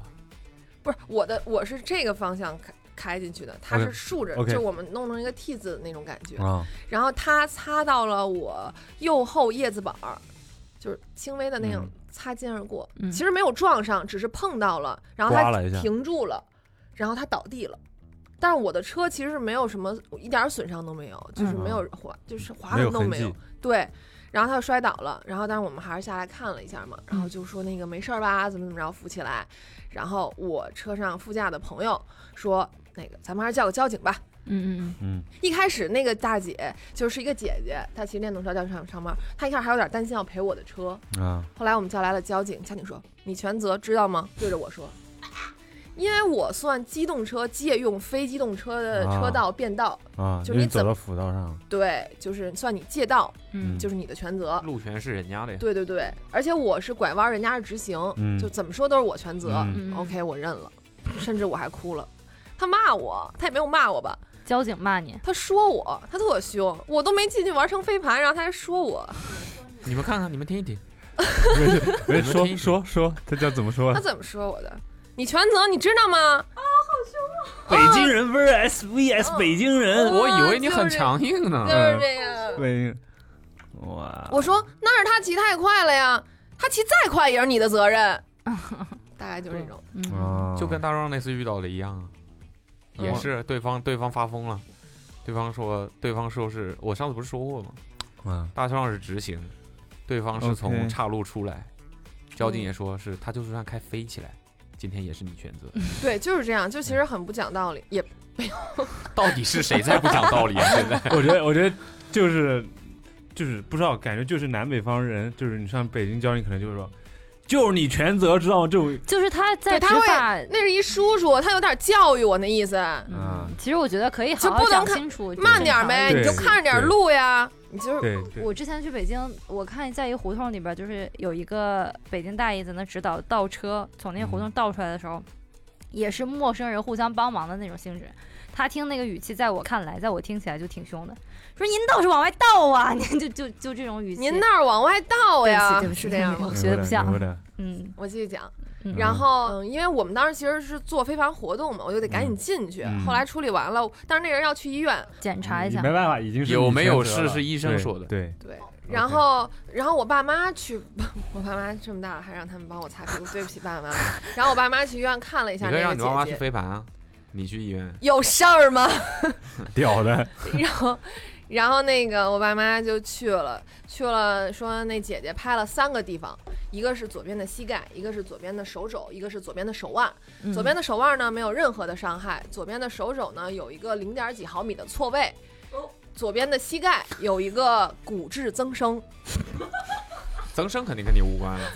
C: 不是我的，我是这个方向开开进去的，他是
F: OK，
C: 竖着
F: OK
C: 就我们弄成一个 T 字的那种感觉。
F: 啊，
C: 然后他擦到了我右后叶子板儿，就是轻微的那样
F: 嗯
C: 擦肩而过，
G: 嗯
C: 其实没有撞上，只是碰到了，然后
F: 刮
C: 他
F: 了一下
C: 停住了，然后他倒地了。但是我的车其实是没有什么，一点儿损伤都没有，就是
G: 嗯
C: 没有划，就是划
F: 没有
C: 痕都
F: 痕
C: 没有
F: 迹。
C: 对，然后他就摔倒了，然后但是我们还是下来看了一下嘛，然
F: 嗯
C: 后就说那个没事儿吧，怎么怎么着扶起来。然后我车上副驾的朋友说，那个咱们还是叫个交警吧，
G: 嗯嗯
F: 嗯，
C: 一开始那个大姐就是一个姐姐，她骑电动车叫上上班，她一开始还有点担心要赔我的车。
F: 啊，
C: 后来我们叫来了交警，交警说：“你全责，知道吗？”对着我说：“因为我算机动车借用非机动车的
F: 啊
C: 车道变道，
F: 啊，
C: 就
F: 因
C: 是你
F: 为
C: 怎
F: 走
C: 么
F: 到辅道上，
C: 对，就是算你借道，
G: 嗯
C: 就是你的全责。
B: 路权是人家的呀。
C: 对对对，而且我是拐弯，人家是直行，
F: 嗯
C: 就怎么说都是我全责。
F: 嗯
G: 嗯
C: OK，我认了，甚至我还哭了。他骂我，他也没有骂我吧？
G: 交警骂你，
C: 他说我，他特凶，我都没进去玩成飞盘，然后他还说我，
B: 你们看看，你们听一听，
F: 没事没事
B: 你们
F: 说
B: 听
F: 说说，他叫怎么说
C: 他？怎么说我的？你全责，你知道吗？
D: 后
H: 北京人啊 vs
B: 哦
H: vs 北京人，
B: 嗯我以为你很强硬呢
C: 就。是这样。
H: 北京，哇，
C: 我说那是他骑太快了呀，他骑再快也是你的责 任。大概就是这种，
G: 嗯，
H: 啊
B: 就跟大壮那次遇到的一样啊，
C: 嗯
B: 也是对方对方发疯了，对方说对方说是我上次不是说过吗？
F: 嗯，
B: 大壮是直行，对方是
H: OK
B: 从岔路出来。交
C: 嗯
B: 警也说是他就算开飞起来，今天也是你选择，
G: 嗯
C: 对，就是这样，就其实很不讲道理，也
B: 到底是谁在不讲道理啊？现在
F: 我觉 得我觉得就是就是不知道，感觉就是南北方人，就是你上北京交警可能就是说，就是你全责，知道吗？这种
G: 就是他在
C: 对
G: 执
C: 他
G: 法，
C: 会，那是一叔叔，他有点教育我那意思，
F: 啊
G: 嗯，其实我觉得可以好
C: 就
G: 好
C: 不能
G: 讲
C: 看
G: 清楚，
C: 慢点儿呗，
F: 对
C: 你就看着点儿路呀，你就是
F: 对对，
G: 我之前去北京，我看在一胡同里边儿，就是有一个北京大爷在那指导倒车，从那个胡同倒出来的时候，也是陌生人互相帮忙的那种性质。他听那个语气，在我看来，在我听起来就挺凶的，说您倒是往外倒啊， 您就就就这种语气。
C: 您那儿往外倒呀
G: 对不，起
C: 是
G: 对不起
C: 这样吗？
G: 我学得不像
F: 明白的
G: 嗯，
C: 我继续讲，
G: 嗯
C: 然后嗯，因为我们当时其实是做非凡活动嘛，我就得赶紧进去。
F: 嗯
C: 后来处理完了，但是那人要去医院，
G: 检查
C: 嗯
G: 一下
F: 没，办法，已经是
B: 有
F: 你
B: 没有
F: 全责
B: 事
F: 了
B: 是医生
F: 对
B: 说的
F: 对，
C: 对，然后然后我爸妈去， 我爸妈这么大了还让他们帮我擦屁股，对不起爸妈。然后我爸妈去医院看了一
B: 你
C: 下
B: 可以让
C: 那
B: 你妈妈
C: 个
B: 去
C: 姐姐，
B: 飞盘啊，你去医院。
C: 有事儿吗？
F: 屌 的，
C: 然后，然后那个我爸妈就去了，去了说那姐姐拍了三个地方，一个是左边的膝盖，一个是左边的手肘，一个是左边的手腕。
G: 嗯
B: 嗯
C: 左边的手腕呢没有任何的伤害，左边的手肘呢有一个零点几毫米的错位，左边的膝盖有一个骨质增生。
B: 增生肯定跟你无关 了，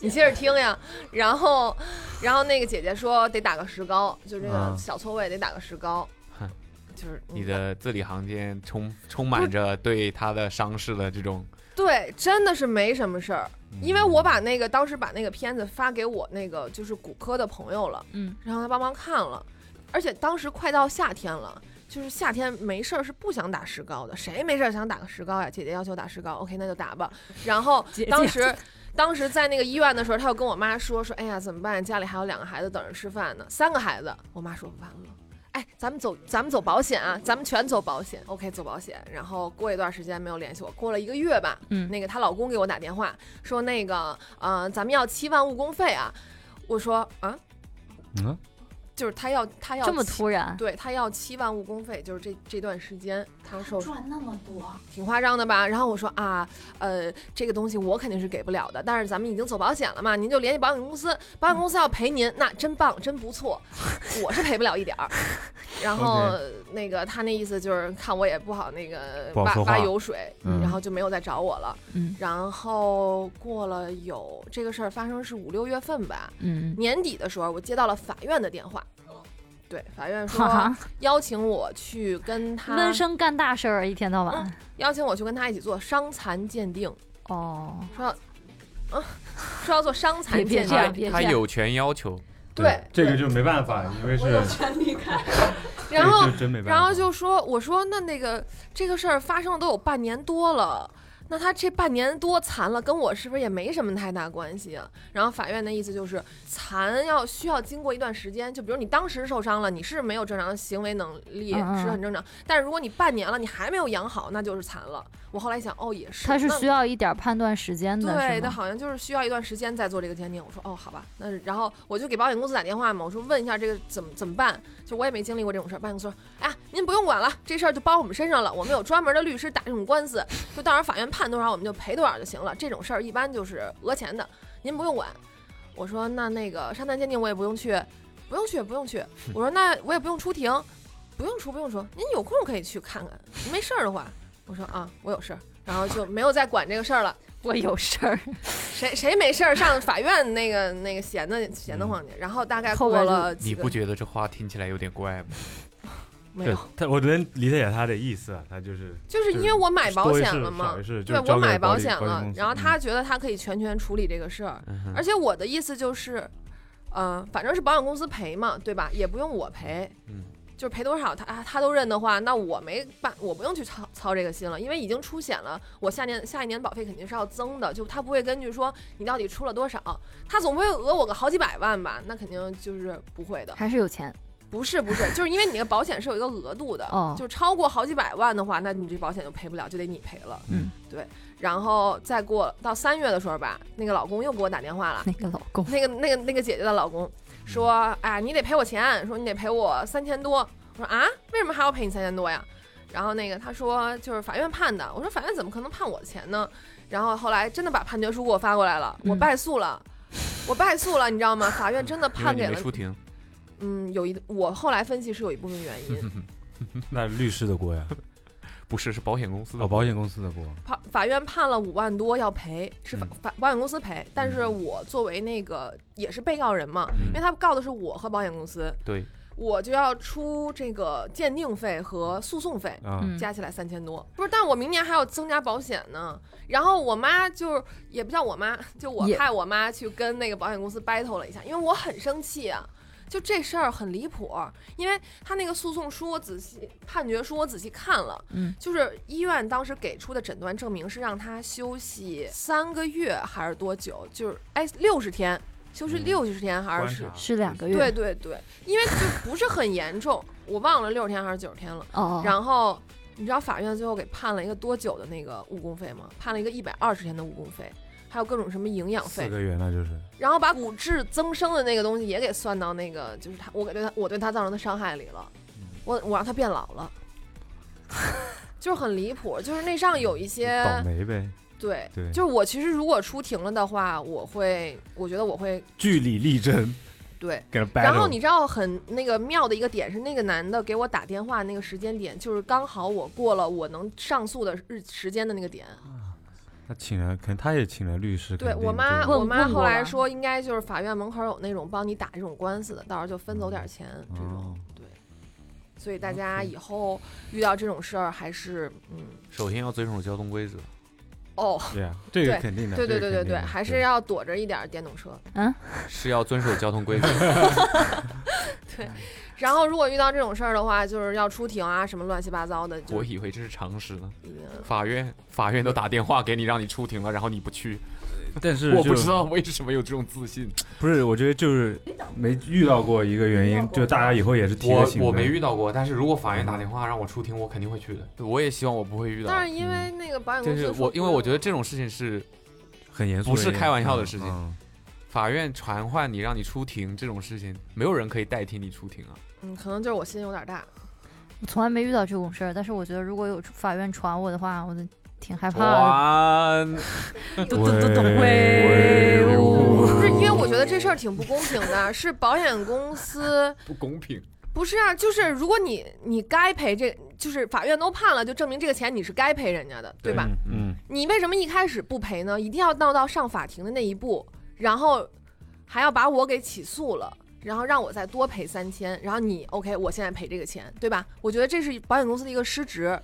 C: 你接着听呀，然后，然后那个姐姐说得打个石膏，就这个
F: 啊
C: 小错位得打个石膏
B: 哼，
C: 就是嗯
B: 你的字里行间充充满着对他的伤势的这种。
C: 对，真的是没什么事儿。
B: 嗯
C: 因为我把那个当时把那个片子发给我那个就是骨科的朋友了，
G: 嗯，
C: 然后他帮忙看了，而且当时快到夏天了，就是夏天没事儿是不想打石膏的，谁没事儿想打个石膏呀？姐姐要求打石膏，OK 那就打吧。然后
G: 姐姐
C: 当时。当时在那个医院的时候，他又跟我妈说说，哎呀，怎么办？家里还有两个孩子等着吃饭呢，三个孩子。我妈说完了，哎，咱们走，咱们走保险啊，咱们全走保险。OK，走保险。然后过一段时间没有联系我，过了一个月吧，
G: 嗯
C: 那个她老公给我打电话说，那个，呃，咱们要七万误工费啊。我说啊，
F: 嗯，
C: 就是他要他要
G: 这么
C: 七
G: 突然，
C: 对他要七万误工费，就是这这段时间他受
D: 赚那么多，
C: 挺夸张的吧？然后我说啊，呃，这个东西我肯定是给不了的，但是咱们已经走保险了嘛，您就联系保险公司，保险公司要赔您，那真棒，真不 错，我是赔不了一点儿。然后那个他那意思就是看我也不好那个
F: 不好
C: 挖
F: 说话
C: 挖油水，
F: 嗯
C: 然后就没有再找我了。
G: 嗯
C: 然后过了有这个事儿发生是五六月份吧，
G: 嗯，
C: 年底的时候我接到了法院的电话。对，法院
G: 哈
C: 说
G: 哈，
C: 邀请我去跟他
G: 闷声干大事儿，一天到晚。
C: 邀请我去跟他一起做伤残鉴定，
G: 哦，
C: 说要，啊，说要做伤残
G: 别
C: 鉴
G: 别
C: 定，
G: 这样，别这
B: 他
G: 样。
B: 有权要求，
C: 对
F: 这个就没办法，因为是这
C: 然后
F: 就真没办法，
C: 然后就说，我说那那个这个事儿发生了都有半年多了。那他这半年多残了，跟我是不是也没什么太大关系啊？然后法院的意思就是，残要需要经过一段时间，就比如你当时受伤了，你是没有正常的行为能力，
G: 嗯嗯
C: 是很正常。但是如果你半年了，你还没有养好，那就是残了。我后来想，哦，也是，
G: 他是
C: 那
G: 需要一点判断时间的，
C: 对，
G: 是
C: 他
G: 吗？
C: 好像就是需要一段时间再做这个鉴定。我说哦，好吧，那然后我就给保险公司打电话嘛，我说问一下这个怎么怎么办？就我也没经历过这种事儿。保险公司说，哎呀，您不用管了，这事儿就包我们身上了，我们有专门的律师打这种官司，就到时候法院判多少我们就赔多少就行了。这种事儿一般就是讹钱的，您不用管。我说那那个伤残鉴定我也不用去，不用去，不用去。我说那我也不用出庭，不用出，不用说，您有空可以去看看，没事儿的话。我说啊，我有事儿，然后就没有再管这个事儿了。
G: 我有事儿，
C: 谁谁没事儿上法院那个那个闲的闲得慌去，然后大概
G: 后
C: 过
G: 边就
C: 了
B: 你
C: 几个
B: 不觉得这话听起来有点怪吗？
C: 没
F: 对
C: 有，
F: 他，我能理解他的意思啊，他就是
C: 就是因为我买保险了嘛
F: 多一事少一，事就
C: 对
F: 是
C: 我
F: 交给
C: 买
F: 保
C: 保
F: 险
C: 险
F: 保险
C: 了
F: 公，司嗯
C: 然后他觉得他可以全权处理这个事儿，
B: 嗯哼
C: 而且我的意思就是，嗯、反正是保险公司赔嘛，对吧？也不用我赔，
B: 嗯
C: 就是赔多少他他都认的话，那我没办，我不用去操操这个心了，因为已经出险了，我下年下一年保费肯定是要增的，就他不会根据说你到底出了多少，他总不会讹我个好几百万吧？那肯定就是不会的。
G: 还是有钱。
C: 不是不是，就是因为你那个保险是有一个额度的，
G: 哦
C: 就超过好几百万的话，那你这保险就赔不了，就得你赔了。
G: 嗯，
C: 对。然后再过到三月的时候吧，那个老公又给我打电话了，
G: 那个老公，
C: 那个那个那个姐姐的老公说：“啊，你得赔我钱，说你得赔我三千多。”我说：“啊，为什么还要赔你三千多呀？”然后那个他说就是法院判的。我说法院怎么可能判我的钱呢？然后后来真的把判决书给我发过来了，我
G: 嗯
C: 败诉了，我败诉了，你知道吗？法院真的
B: 因为
C: 判
B: 你
C: 给
B: 没
C: 了
B: 出庭，
C: 嗯，有一我后来分析是有一部分原 因，
B: 嗯
F: 那律师的锅呀，
B: 不是是保险公司
F: 哦，
B: 的。
F: 保险公司的锅。
C: 判法院判了五万多要赔，是法
B: 嗯
C: 法保险公司赔，但是我作为那个也是被告人嘛，
B: 嗯
C: 因为他告的是我和保险公司，
B: 对，
C: 我就要出这个鉴定费和诉讼费。
F: 啊，
G: 嗯
C: 加起来三千多，不是？但我明年还要增加保险呢。然后我妈就是，也不叫我妈，就我
G: 也
C: 派我妈去跟那个保险公司 battle 了一下，因为我很生气啊。就这事儿很离谱，因为他那个诉讼书我仔细判决书我仔细看了，
G: 嗯，
C: 就是医院当时给出的诊断证明是让他休息三个月还是多久？就是哎六十天，休息
F: 嗯
C: 六十天还
F: 观
C: 是
F: 察
G: 是两
H: 哎
G: 个月
C: 对对对，因为就不是很严重，我忘了六十天还是九十天了。
G: 哦，
C: 然后你知道法院最后给判了一个多久的那个误工费吗？判了一个一百二十天的误工费，还有各种什么营养
F: 四
C: 费，
F: 个月那就是
C: 然后把骨质增生的那个东西也给算到那个，就是他我给对他我对他造成的伤害里了，
F: 嗯
C: 我我让他变老了， 就是很离谱，就是那上有一些
F: 倒霉呗。
C: 对。
F: 对，
C: 就是我其实如果出庭了的话，我会，我觉得我会
F: 据理力争，
C: 对，
F: 给他掰
C: 然后你知道很那个妙的一个点是，那个男的给我打电话那个时间点，就是刚好我过了我能上诉的日时间的那个点。
F: 他请了，可能他也请了律师。
C: 对
F: 肯定
C: 我妈，
F: 这个
C: 我妈
G: 问过
C: 后来
G: 了
C: 说，应该就是法院门口有那种帮你打这种官司的，到时候就分走点钱这
F: 哦
C: 种。对，所以大家以后遇到这种事儿还是嗯
B: 首先要遵守交通规则。
C: 哦，
F: 对呀，这个
C: 对
F: 肯定的。
C: 对对
F: 这个
C: 对对
F: 肯定
C: 对，
F: 的
C: 还是要躲着一点儿电动车。
B: 是要遵守交通 规则。
C: 然后如果遇到这种事儿的话，就是要出庭啊，什么乱七八糟的。就
B: 我以为这是常识呢。
C: 一定
B: 法院法院都打电话给你，让你出庭了，然后你不去，
F: 呃但是
B: 我不
F: 就
B: 知道为什么有这种自信。
F: 不是，我觉得就是没遇到过一个原因，就大家以后也是提个
B: 我
F: 醒嗯
B: 我
F: 呗
B: 没遇到过，但是如果法院打电话让我出庭，我肯定会去的。我也希望我不会遇到。
C: 但是因为那个保险
B: 就
C: 公司
B: 是
C: 说不用，
B: 我，因为我觉得这种事情是
F: 很严肃的
B: 不
F: 原
B: 是
F: 因，
B: 开玩笑的
F: 嗯
B: 事情
F: 嗯
B: 法院传唤你让你出庭这种事情，没有人可以代替你出庭啊。
C: 嗯，可能就是我心有点大。
G: 我从来没遇到这种事儿，但是我觉得如果有法院传我的话，我就挺害怕的。
B: 哇，
G: 咚咚咚咚威武！
C: 不是，因为我觉得这事儿挺不公平的，是保险公司
B: 不公平！
C: 不是啊，就是如果你你该赔这，就是法院都判了，就证明这个钱你是该赔人家的，对吧？
F: 嗯，
C: 你为什么一开始不赔呢？一定要闹到上法庭的那一步，然后还要把我给起诉了。然后让我再多赔三千，然后你 OK，我现在赔这个钱，对吧？我觉得这是保险公司的一个失职，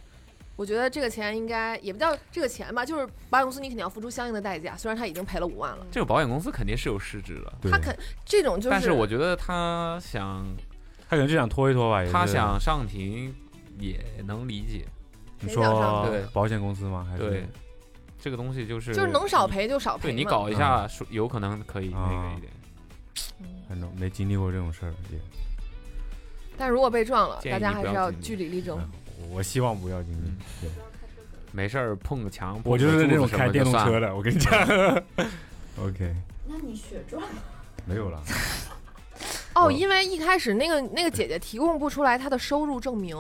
C: 我觉得这个钱应该也不叫这个钱吧，就是保险公司你肯定要付出相应的代价，虽然他已经赔了五万了，
B: 这个保险公司肯定是有失职的，
F: 对
C: 他肯这种就是，
B: 但是我觉得他想
F: 他可能就想拖一拖吧，也
B: 他
F: 是
B: 想上庭也能理解，
F: 你
C: 谁想上
F: 说
B: 对
F: 保险公司吗？还是
B: 对，这个东西就是
C: 就是能少赔就少赔
B: 对你
C: 嘛
B: 搞一
F: 嗯
B: 下，说有可能可以那
F: 啊
B: 个一点。
F: 反正没经历过这种事儿，也
C: 但如果被撞了，
B: 建
C: 大
B: 议
C: 家
B: 你
C: 还
B: 不
C: 是
B: 要
C: 要
B: 紧
C: 据理力争。
F: 我希望不要经历
B: 嗯。没事儿碰个墙，
F: 我就是那种开电动车
B: 的。
F: 的，我跟你讲。OK，
D: 那你血赚
F: 没有了，
C: 哦，
F: 嗯
C: 因为一开始那个那个姐姐提供不出来她的收入证明，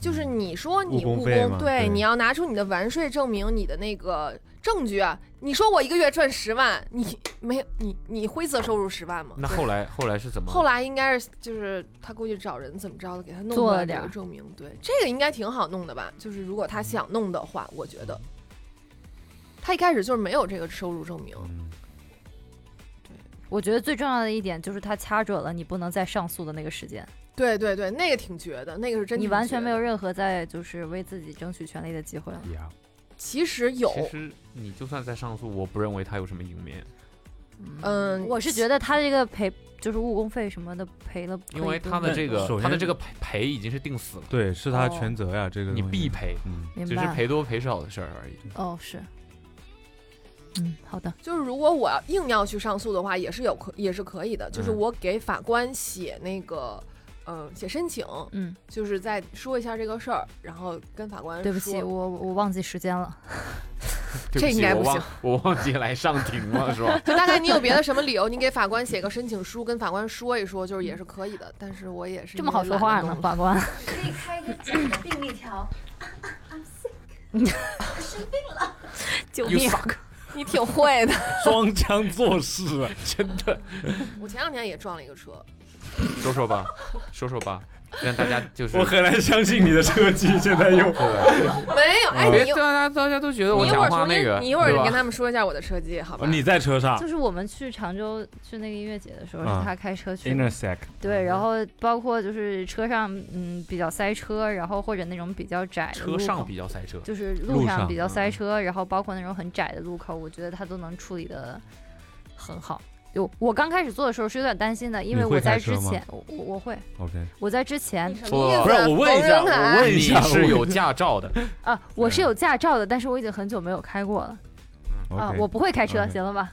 C: 就是你说你
F: 误
C: 务
F: 工
C: 工，
F: 费嘛对
C: 对，你要拿出你的完税证明，你的那个证据啊。你说我一个月赚十万，你没有你你灰色收入十万吗？
B: 那
C: 对
B: 后来后来是怎么？
C: 后来应该是就是他估计找人怎么着的，给他弄
G: 做
C: 出
G: 了
C: 来这
G: 点
C: 个
G: 儿
C: 证明。对，这个应该挺好弄的吧？就是如果他想弄的话，我觉得他一开始就是没有这个收入证明。
F: 嗯，
G: 我觉得最重要的一点就是他掐准了你不能再上诉的那个时间，
C: 对对对，那个挺绝的，那个是真
G: 你
C: 挺
G: 完
C: 绝
G: 全没
C: 的
G: 有。任何在就是为自己争取权利的机会了。
F: 呀，
C: 其实有，
B: 其实你就算再上诉，我不认为他有什么赢面，
C: 嗯，
G: 我是觉得他这个赔就是误工费什么的赔了，
B: 因为他的这
F: 那首先
B: 个他的这个赔赔已经是定死了，
F: 对，是
G: 哦
F: 他全责呀，这个
B: 你
F: 东西
B: 必。赔，
F: 嗯，
G: 明
B: 只是
G: 白
B: 赔多赔少的事儿而已。
G: 哦是，嗯好的，
C: 就是如果我要硬要去上诉的话，也是有可也是可以的，就是
B: 嗯
C: 我给法官写那个呃写申请，
G: 嗯，
C: 就是再说一下这个事儿，然后跟法官
G: 对不起，
C: 嗯说
G: 我我忘记时间了。
C: 这
B: 对不
C: 应
B: 起
C: 该
B: 我
C: 不
B: 忘
C: 行，
B: 我忘记来上庭了，是吧？
C: 就大概你有别 的什么理由，你给法官写个申请书，跟法官说一说，就是也是可以的。但是我也是
G: 这么好
C: 因
G: 说
C: 为懒
G: 话
C: 得
G: 呢，
C: 弄了
G: 法官。
D: 可以开一个假的病历条。
G: 救
B: You
G: 命！
C: 啊你挺会的。
H: 装腔作
F: 啊
H: 势，
B: 真的，
C: 我前两天也撞了一个车，
B: 说说吧，说说吧，让大家就是
F: 我很难相信你的这个技现在又
C: 没有。哎，
B: 嗯别
C: 你
B: 大家大家都觉得我
C: 你一会
B: 讲
C: 儿
B: 话
C: 重
B: 那
C: 新
B: 个，
C: 你一会儿
B: 对
C: 你
B: 吧哦
C: 跟他们说一下我的车技，好 吧？
F: 你在车上
G: 就是我们去常州去那个音乐节的时候，
F: 啊
G: 是他开车去的。
H: intersect
G: 对，
F: 嗯
G: 然后包括就是车上嗯比较塞车，然后或者那种比较窄的路
B: 车上
G: 口
B: 比较塞车，
G: 就是
F: 路
G: 路上
F: 上
G: 比较
F: 嗯
G: 塞车，然后包括那种很窄的路口，我觉得他都能处理的很好。就我刚开始做的时候是有点担心的，因
F: 你
G: 为
F: 会
G: 我在
F: 开车
G: 之
F: 吗
G: 前我我我会
F: OK，
G: 我在之前
C: 什
B: 不
C: 么意思？啊
B: 不
F: 是我问一下
C: 冯仁凯
F: 我问一
B: 你
F: 下
B: 是有驾照的，
G: 啊我是
F: 对啊
G: 有驾照的，但是我已经很久没有开过了啊
F: OK，
G: 我不会开车，
F: OK 嗯
G: 行了吧？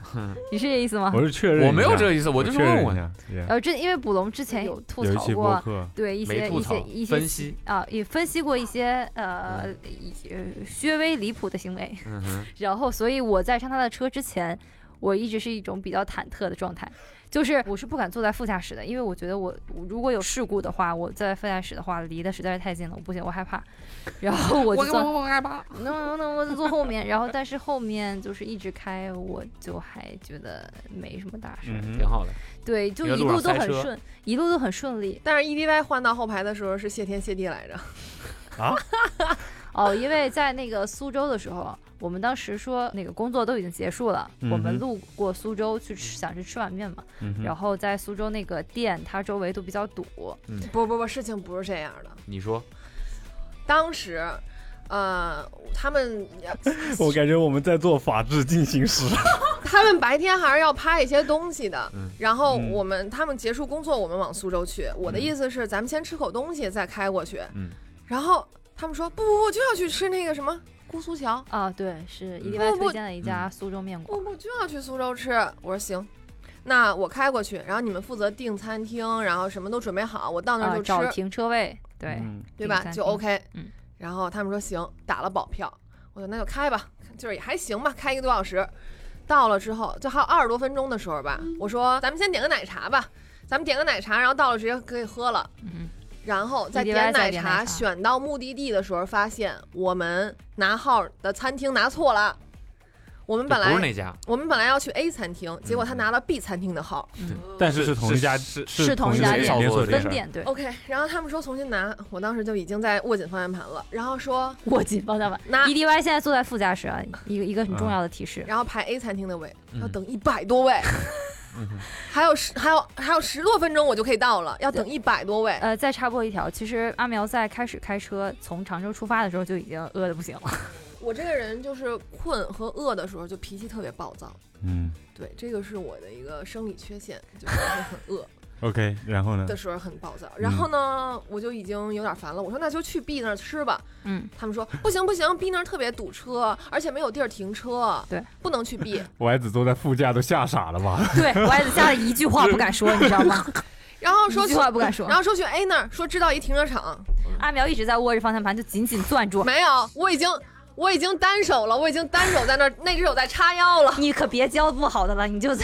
G: 你是这意思吗？
F: 我是确认一下，
B: 我没有这个意思，我就是
F: 确认
B: 问
F: 一
B: 问。
F: 下。Yeah
G: 然后这因为捕龙之前有吐
F: 有一
G: 槽
F: 期播
G: 过，
F: 客，
G: 对一
B: 没
G: 些
B: 吐
G: 一些
B: 槽
G: 一些
B: 分析
G: 啊，也分析过一些呃一呃略微离谱的行为，
B: 嗯哼，
G: 然后所以我在上他的车之前，我一直是一种比较忐忑的状态，就是我是不敢坐在副驾驶的，因为我觉得我我如果有事故的话，我坐在副驾驶的话离得实在是太近了，我不行，我害怕，然后我就坐，
B: 我害怕，
G: 能能能，我就坐后面，然后但是后面就是一直开，我就还觉得没什么大事儿，
F: 嗯
B: 挺好的。
G: 对，就
B: 因为
G: 一
B: 路上
G: 路都
B: 塞
G: 很
B: 车
G: 顺，一路都很顺利，
C: 但是 EDY 换到后排的时候是谢天谢地来着，
G: 哦，因为在那个苏州的时候，我们当时说那个工作都已经结束了，我
F: 嗯哼
G: 们路过苏州去吃，想去吃碗面嘛。
F: 嗯哼
G: 然后在苏州那个店，它周围都比较堵，
F: 嗯
C: 不不不，事情不是这样的。
B: 你说
C: 当时，呃，他们
H: 我感觉我们在做法制进行时。
C: 他们白天还是要拍一些东西的。
B: 嗯
C: 然后
F: 嗯
C: 我们他们结束工作，我们往苏州去。我的
B: 嗯
C: 意思是，咱们先吃口东西，再开过去。
B: 嗯
C: 然后他们说不不不，就要去吃那个什么姑苏桥，
G: 啊，对，是
B: 嗯
G: 伊外
C: 不不
G: 推荐了一家
F: 嗯
G: 苏州面
C: 不
G: 馆。
C: 不就要去苏州吃。我说行。那我开过去，然后你们负责订餐厅，然后什么都准备好，我到那
G: 啊
C: 儿，就吃。
G: 找停车位，对，
H: 嗯
C: 对
G: 订
C: 吧？
G: 餐
C: 就
G: 厅
C: OK。
G: 嗯。
C: 然后他们说行，打了保票，我说那就开吧，就是也还行吧，开一个多小时。到了之后，就还有二十多分钟的时候吧，
G: 嗯
C: 我说咱们先点个奶茶吧，咱们点个奶茶，然后到了直接可以喝了。
G: 嗯，
C: 然后再
G: EDY
C: 点
G: 再
C: 奶
G: 点
C: 茶，
G: 奶茶
C: 选到目的地的时候，发现我们拿号的餐厅拿错了。我们
B: 就
C: 本
B: 不
C: 来
B: 是那嗯家，
C: 我们本来要去 A 餐厅，结果他拿了 B 餐厅的号。
F: 但是是同一家，
B: 是
G: 是同
F: 一
G: 一家
B: 店
F: 连锁
G: 分
F: 店。
G: 店对，
C: OK，然后他们说重新拿，我当时就已经在握紧方向盘了，然后说
G: 握紧方向盘。
C: 拿
G: E D Y 现在坐在副驾驶啊，一个一个很重
F: 啊
G: 要的提示。
C: 然后排 A 餐厅的位，要
B: 嗯
C: 等一百多位， 还有十还有还有十多分钟我就可以到了，要等一百多位。
G: 呃，再插播一条，其实阿苗在开始开车从常州出发的时候就已经饿的不行了。
C: 我这个人就是困和饿的时候就脾气特别暴躁，
F: 嗯
C: 对，这个是我的一个生理缺陷，就是我会很饿
F: ，OK，然
H: 嗯
F: 后呢
C: 的？时候很暴躁。然后呢，我就已经有点烦了，我说那就去 B 那儿吃吧。
G: 嗯，
C: 他们说不行不行，B 那儿特别堵车，而且没有地儿停车，
G: 对，
C: 不能去 B。
F: 歪子坐在副驾都吓傻了吧？
G: 对，我也下了一句话不敢说，你知道吗？
C: 然后说
G: 一
C: 去
G: 句，话不敢说
C: 然。后说去 A 那儿，说知道一停车场，
G: 阿苗一直在握着方向盘，就紧紧攥住。
C: 没有，我已经我已经单手了，我已经单手在那儿，那只手在叉腰了，
G: 你可别教不好的了，你就
C: 我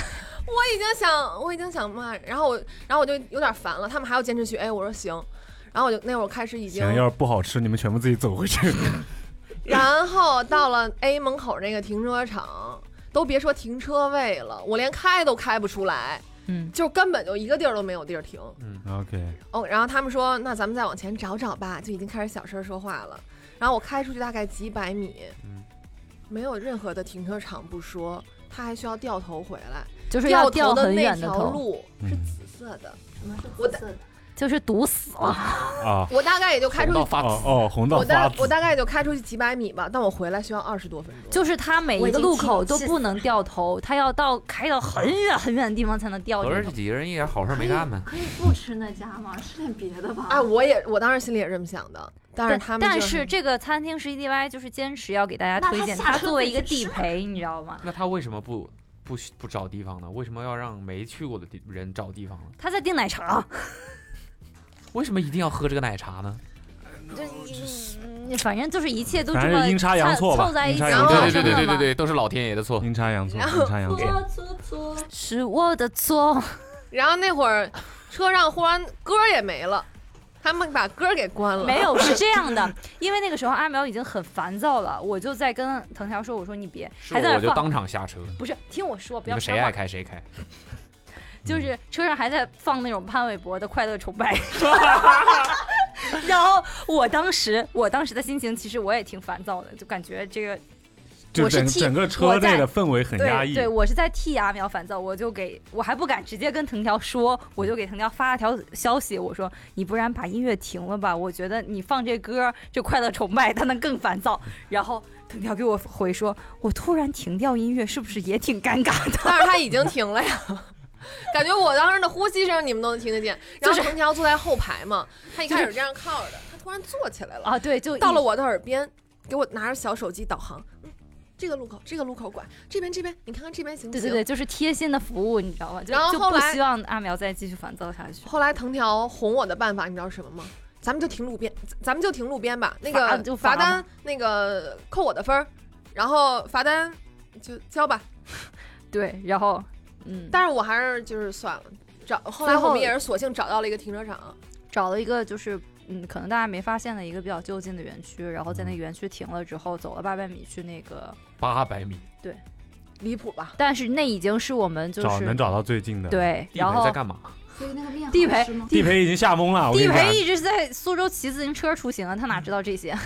C: 已经想我已经想骂人，然后我然后我就有点烦了，他们还要坚持去，哎，我说行，然后我就那会儿开始已经，
F: 行，要是不好吃，你们全部自己走回去。
C: 然后到了 A 门口那个停车场，都别说停车位了，我连开都开不出来，
G: 嗯，
C: 就根本就一个地儿都没有地儿停。
F: OK，
C: 哦，然后他们说，那咱们再往前找找吧，就已经开始小声说话了。然后我开出去大概几百米，
B: 嗯
C: 没有任何的停车场不说，他还需要掉头回来，
G: 就是要
C: 掉
G: 掉
C: 的
G: 很
C: 那
G: 远的
C: 条
G: 头，
C: 路是
F: 嗯
C: 紫色的。我大
G: 就是堵死了。
F: 啊，
C: 我大概也就开出
B: 红到
C: 去，
B: 发
F: 哦哦，红到
C: 我
F: 发
C: 大
F: 紫
C: 我大概也就开出去几百米吧，但我回来需要二十多分钟。
G: 就是他每一个路口都不能掉头，他要到开到很远很远的地方才能掉
B: 合
G: 这
B: 着
G: 个
B: 这
G: 头。
B: 几个人一点好事 没干呗？
I: 可以不吃那家吗？吃点别的吧。
G: 啊
C: 哎，我也我当时心里也这么想的，但是
G: 对
C: 他们
G: 但
C: 就是
G: 这个餐厅是 EDY，就是坚持要给大家推荐，
I: 那他下
G: 它
I: 车
G: 作为一个
I: 自己
G: 地
I: 吃
G: 陪，你知道吗？
B: 那他为什么不不不找地方呢？为什么要让没去过的地人找地方呢？
G: 他在订奶茶，
B: 为什么一定要喝这个奶茶呢？
G: 就你反正就是一切都这
F: 反正
G: 么
F: 阴差阳
G: 凑
F: 错吧
G: 凑在一起，
F: 阴差
B: 对
F: 阳
B: 对
C: 哦
F: 错
B: 对对对对
G: 对，
B: 对，都是老天爷的错。
F: 阴差阳错，阴差阳错。
G: 是我的错。
C: 然后那会儿车上忽然歌儿也没了，他们把歌儿给关
B: 嗯
C: 了。
G: 没，有，是这样的，因为那个时候阿苗已经很烦躁了，我就在跟藤条说：“我说你别，
B: 是
G: 还在
B: 我
G: 那
B: 就
G: 儿放，
B: 当场下车，
G: 不是听我说，不
B: 你
G: 要
B: 们谁
G: 插话
B: 爱开嗯谁开。
G: 就是车上还在放那种潘玮柏的《快乐崇拜》，然后我当时我当时的心情其实我也挺烦躁的，就感觉这个
F: 就
G: 我是
F: 整
G: 替
F: 整个车
G: 我在
F: 内的氛围很压
G: 对
F: 抑。
G: 对，我是在替阿苗烦躁，我就给我还不敢直接跟藤条说，我就给藤条发了条消息，我说你不然把音乐停了吧，我觉得你放这歌这《快乐崇拜》，他能更烦躁。然后藤条给我回说，我突然停掉音乐是不是也挺尴尬的？
C: 但是他已经停了呀。感觉我当时的呼吸声你们都能听得见。然后藤条坐在后排嘛，他一开始这样靠着，他突然坐起来了，
G: 啊，对，就
C: 到了
G: 一
C: 我的耳边，给我拿着小手机导航。嗯，这个路口，这个路口拐，这边这边，你看看这边行不
G: 对
C: 行？
G: 对对，就是贴心的服务，你知道吗？就
C: 然后
G: 就
C: 后
G: 不
C: 来
G: 希望阿苗再继续烦躁下去。
C: 后来藤条哄我的办法，你知道是什么吗？咱们就停路边，咱咱们就停路边吧。那
G: 罚
C: 个
G: 就罚
C: 罚
G: 嘛
C: 单，那个扣我的分儿，然后罚单就交吧。
G: 对，然后嗯，
C: 但是我还是就是算了，找后
G: 最
C: 来
G: 后
C: 我们也是索性找到了一个停车场。
G: 找了一个就是嗯，可能大家没发现的一个比较就近的园区，然后在那个园区停了之后，走了八百米去那个，
B: 八百米，
C: 离谱吧？
G: 但是那已经是我们就
F: 找
G: 是
F: 能找到最近的。，
G: 对，
B: 地
G: 然
B: 陪
G: 后
B: 在干嘛？
I: 所以那个面
G: 地
I: 好
G: 陪
I: 吃吗？
F: 地陪已经吓懵了。我跟
G: 地
F: 你
G: 陪
F: 讲，
G: 一直在苏州骑自行车出行啊，他哪知道这些？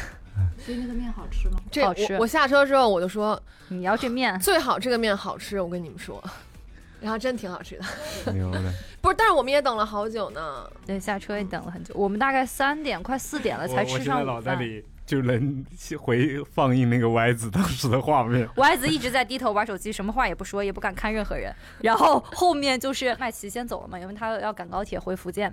I: 所以那个面好吃吗？
C: 这
G: 好吃
C: 我我下车之后我就说，
G: 你要这面，
C: 最好这个面好吃，我跟你们说。 然后真挺好吃的，
F: 牛的，
C: 不是？但是我们也等了好久呢。
G: 对，下车也等了很久，我们大概三点快四点了才
F: 我我
G: 吃
F: 现
G: 上
F: 在
G: 午
F: 脑袋
G: 饭。
F: 里就能回放映那个歪子当时的画面。
G: 歪子一直在低头玩手机，什么话也不说，也不敢看任何人。然后后面就是麦琪先走了嘛，因为他要赶高铁回福建，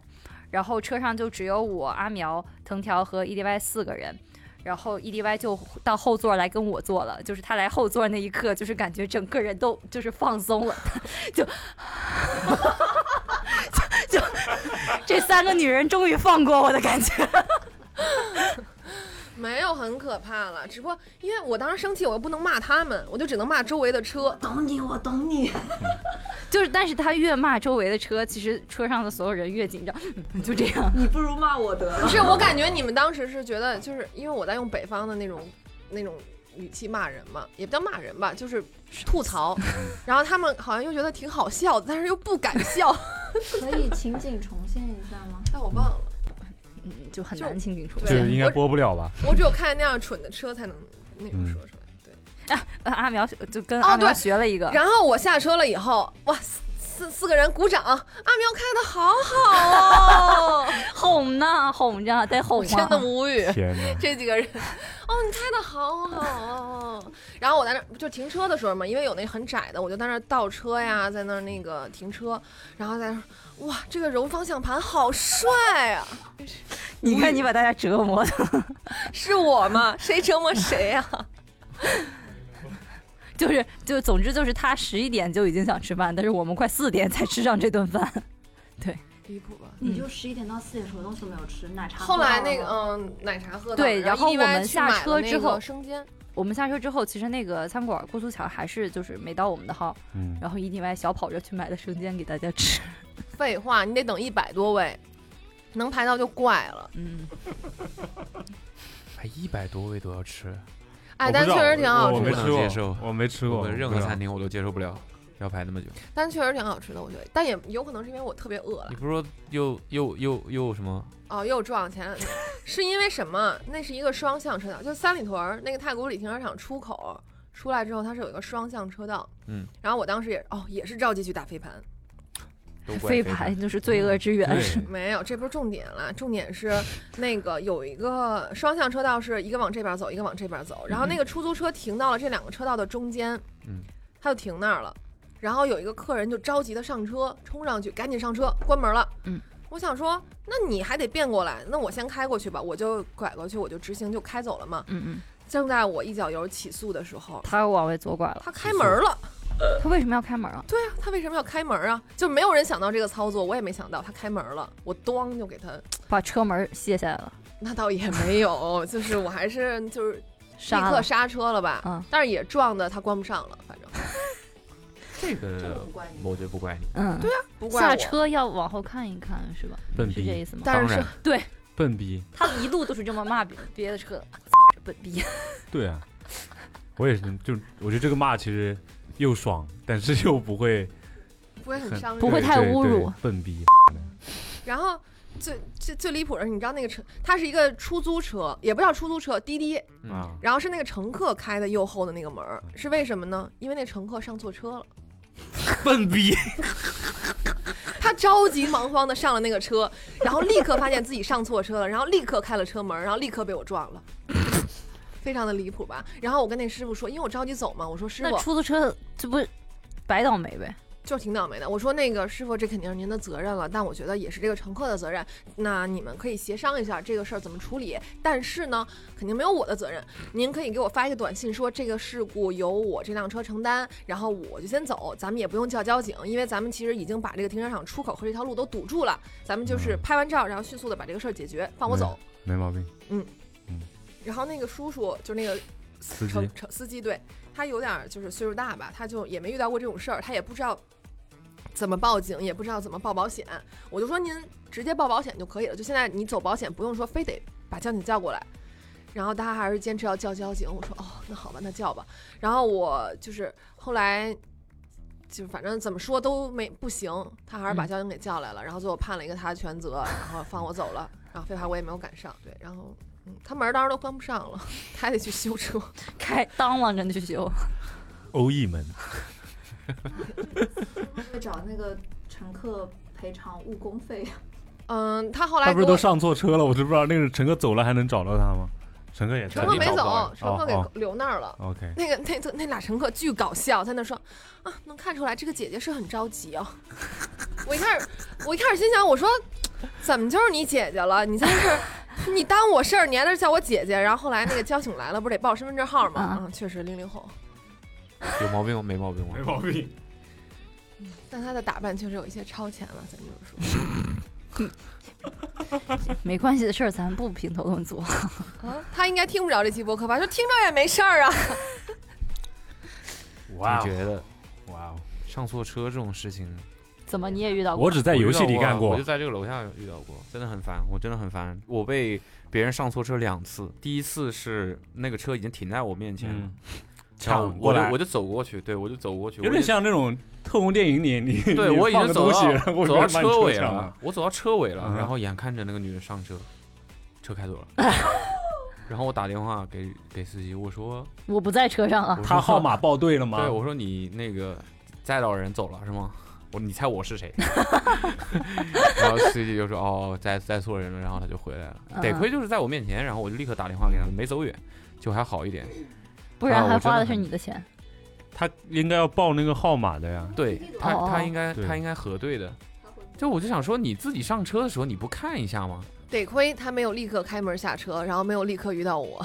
G: 然后车上就只有我、阿苗、藤条和 EDY 四个人。然后 EDY 就到后座来跟我坐了，就是他来后座那一刻，就是感觉整个人都就是放松了， 就就就这三个女人终于放过我的感觉。
C: 没有很可怕了，只不过因为我当时生气，我又不能骂他们，我就只能骂周围的 车。
I: 懂你，我懂你。
G: 就是，但是他越骂周围的车，其实车上的所有人越紧张， 就这样。
I: 你不如骂我得了。
C: 不是，我感觉你们当时是觉得，就是因为我在用北方的那种那种语气骂人嘛，也不叫骂人吧，就是吐 槽。然后他们好像又觉得挺好笑的，但是又不敢笑。
I: 可以情景重现一下吗？
C: 但我忘了，
G: 嗯，就很
C: 就
G: 难清清楚楚
F: 就
C: 对。
F: 应该播不了吧？
C: 我只有看见那样蠢的车才能那种说出来。对。
G: 呃阿苗就跟
C: 哦
G: 阿苗
C: 对
G: 学了一个，
C: 然后我下车了以后，哇，四四四个人鼓掌，阿苗开的好好哦，
G: 哄呢，哄着，得哄
C: 我
G: 啊
C: 真的无语。
F: 天哪！
C: 这几个人，哦，你开的好好哦。然后我在那儿就停车的时候嘛，因为有那很窄的，我就在那儿倒车呀，在那儿那个停车，然后在那儿说，哇，这个揉方向盘好帅啊！
G: 你看你把大家折磨的，
C: 是我吗？谁折磨谁
G: 啊
C: 呀、
G: 就是就总之就是他十一点就已经想吃饭，但是我们快四点才吃上这顿饭。
C: 离谱吧！
I: 你就十一点到四点什么东西都没有吃，奶茶。
C: 后来那个嗯，奶茶喝到了
G: 对
C: 然
G: 然后
C: 后
G: 我们下车之后
C: 生煎，
G: 我们下车之后，其实那个餐馆郭苏桥还是就是没到我们的号，
F: 嗯，
G: 然后一 D Y 小跑着去买了生煎给大家吃。
C: 废话，你得等一百多位，能排到就怪了。
G: 嗯，
B: 还一百多位都要吃，
F: 我
C: 哎，
G: 啊
F: 不
C: 但
F: 知道
C: 确实挺好
F: 我我
C: 吃
F: 没
B: 不
C: 的，
B: 能
F: 吃过
B: 接受
F: 我没吃
B: 我
F: 过
B: 的任何餐
F: 厅。
B: 厅我都接受不了，要排那么久。
C: 但确实挺好吃的，我觉得。但也有可能是因为我特别饿了
B: 你。不是说又又又又什 么？
C: 哦，又撞前两天， 是因为什么？那是一个双向车道，就三里屯儿那个太古里停车场出口出来之后，它是有一个双向车道。
B: 嗯，
C: 然后我当时也哦也是着急去打飞盘，
B: 都怪
G: 飞
B: 盘
G: 盘就是罪恶之源。
F: 对，
C: 没有，这不是重点了，重点是那个有一个双向车道是一个往这边走，一个往这边走，然后那个出租车停到了这两个车道的中间，
B: 嗯，
C: 他就停那儿了。然后有一个客人就着急的上车，冲上去，赶紧上车，关门了。
G: 嗯，
C: 我想说，那你还得变过来，那我先开过去吧，我就拐过去，我就直行就开走了嘛。
G: 嗯嗯，
C: 正在我一脚油起诉的时候，
G: 他又往外左拐了。
C: 他开门了，
G: 他为什么要开门啊？
C: 对啊，他为什么要开门啊？就没有人想到这个操作，我也没想到他开门了，我咣就给他，
G: 把车门卸下来了，
C: 那倒也没 有，就是我还是就是立
G: 杀
C: 刻
G: 了。
C: 刹车了吧，
G: 嗯
C: 但是也撞的他关不上了，反正
B: 这
I: 这
B: 个
I: 不怪你。
B: 我觉得不怪你，
G: 嗯，对啊，
C: 不怪我。
G: 下车要往后看一看是吧？
F: 笨
G: 是这
F: 逼，
G: 意思吗？
C: 但
B: 当
C: 是
B: 然
G: 对
F: 笨逼，
G: 他一路都是这么骂别别的 车，笨逼。
F: 对啊，我也是，就我觉得这个骂其实又爽，但是又不会
C: 不会很
F: 很
C: 伤人，
G: 不会太
F: 对对
G: 侮辱
F: 对笨逼。
C: 然后最最最离谱的是，你知道那个车，它是一个出租车，也不叫出租车，滴滴，
B: 啊，
C: 然后是那个乘客开的右后的那个门儿，是为什么呢？因为那乘客上错车了，
H: 笨逼，
C: 他着急忙慌的上了那个车，然后立刻发现自己上错车了，然后立刻开了车门儿，然后立刻被我撞了。非常的离谱吧？然后我跟那师傅说，因为我着急走嘛，我说师
G: 那
C: 傅
G: 出租车这不白倒霉呗？
C: 就是挺倒霉的。我说那个师傅，这肯定是您的责任了，但我觉得也是这个乘客的责任。那你们可以协商一下这个事儿怎么处理，但是呢，肯定没有我的责任。您可以给我发一个短信说这个事故由我这辆车承担，然后我就先走，咱们也不用叫交警，因为咱们其实已经把这个停车场出口和这条路都堵住了，咱们就是
F: 嗯
C: 拍完照，然后迅速的把这个事儿解决，放我走。
F: 没毛病，
C: 然后那个叔叔就是那个
F: 司机
C: 乘乘司机对他有点儿就是岁数大吧，他就也没遇到过这种事儿，他也不知道怎么报警，也不知道怎么报保险。我就说您直接报保险就可以了，就现在你走保险不用说非得把交警叫过来。然后他还是坚持要叫交警，我说哦，那好吧，那叫吧。然后我就是后来。就反正怎么说都没不行，他还是把
G: 嗯
C: 交警给叫来了，然后最后判了一个他的全责，然后放我走了，然后飞牌我也没有赶上，对，然后嗯，他门儿当时都关不上了，他还得去修车。
G: 开当啷着你去修，
F: 欧意门，
G: 哎
I: 会找那个乘客赔偿误工费，
C: 嗯，他后来
F: 他不是
C: 给我
F: 都上错车了？我都不知道那个乘客走了还能找到他吗？乘客也在
C: 乘客
F: 你
C: 没
F: 找不到
C: 走
F: 人，
C: 乘客给
F: 哦哦
C: 留那儿了。
F: OK，
C: 那个那那那俩乘客巨搞笑，在那说啊，能看出来这个姐姐是很着急哦。我一开始我一开始心想，我说怎么就是你姐姐了？你在 这儿你耽误我事儿，你还在这儿叫我姐姐。然后后来那个交警来了，不是得报身份证号吗？
G: 啊
C: 嗯，确实零零后，
B: 有毛病吗？没毛病吗
E: 没？毛病。
C: 但他的打扮确实有一些超前了，咱就是说。
G: 没关系的事儿咱不评头论足。
C: 啊，他应该听不着这期播客吧？说听着也没事儿啊。
F: 哇
B: 你觉得
F: 哦哇哦，
B: 上错车这种事情，
G: 怎么你也遇到过？
F: 我只在游戏里干
B: 啊我
F: 过
B: 就，在这个楼下遇到过，真的很烦，我真的很烦。我被别人上错车两次，第一次是那个车已经停在我面前了
F: 嗯，
B: 然后
F: 抢过
B: 我就
F: 来
B: 我，就走过去，对我就走过去，
F: 有
B: 我就
F: 点像那种特工电影里，你
B: 对
F: 你
B: 我已
F: 放
B: 经
F: 个
B: 走
F: 东西
B: 到
F: 然后
B: 走到
F: 别人把你
B: 车尾
F: 抢
B: 了，我走到车尾了，
F: 嗯
B: 然后眼看着那个女人上车，车开走 了，然后我打电话给给司机，我说
G: 我不在车上啊
B: 我，
F: 他
B: 说
F: 号码报对了吗？
B: 对我说你那个载到人走了是吗？我你猜我是 谁？然后司机就说哦载载错人了，然后他就回来了，
G: 啊
B: 得亏就是在我面前，然后我就立刻打电话给他，没走远，就还好一点。
G: 哦不然
B: 啊
G: 还
B: 我真
G: 花
B: 的
G: 的是
B: 很
G: 你的钱。
F: 他应该要报那个号码的呀。
B: 对他
G: 哦
B: 他应该
F: 对
B: 他应该核对的，就我就想说你自己上车的时候你不看一下吗？
C: 得亏他没有立刻开门下车，然后没有立刻遇到我。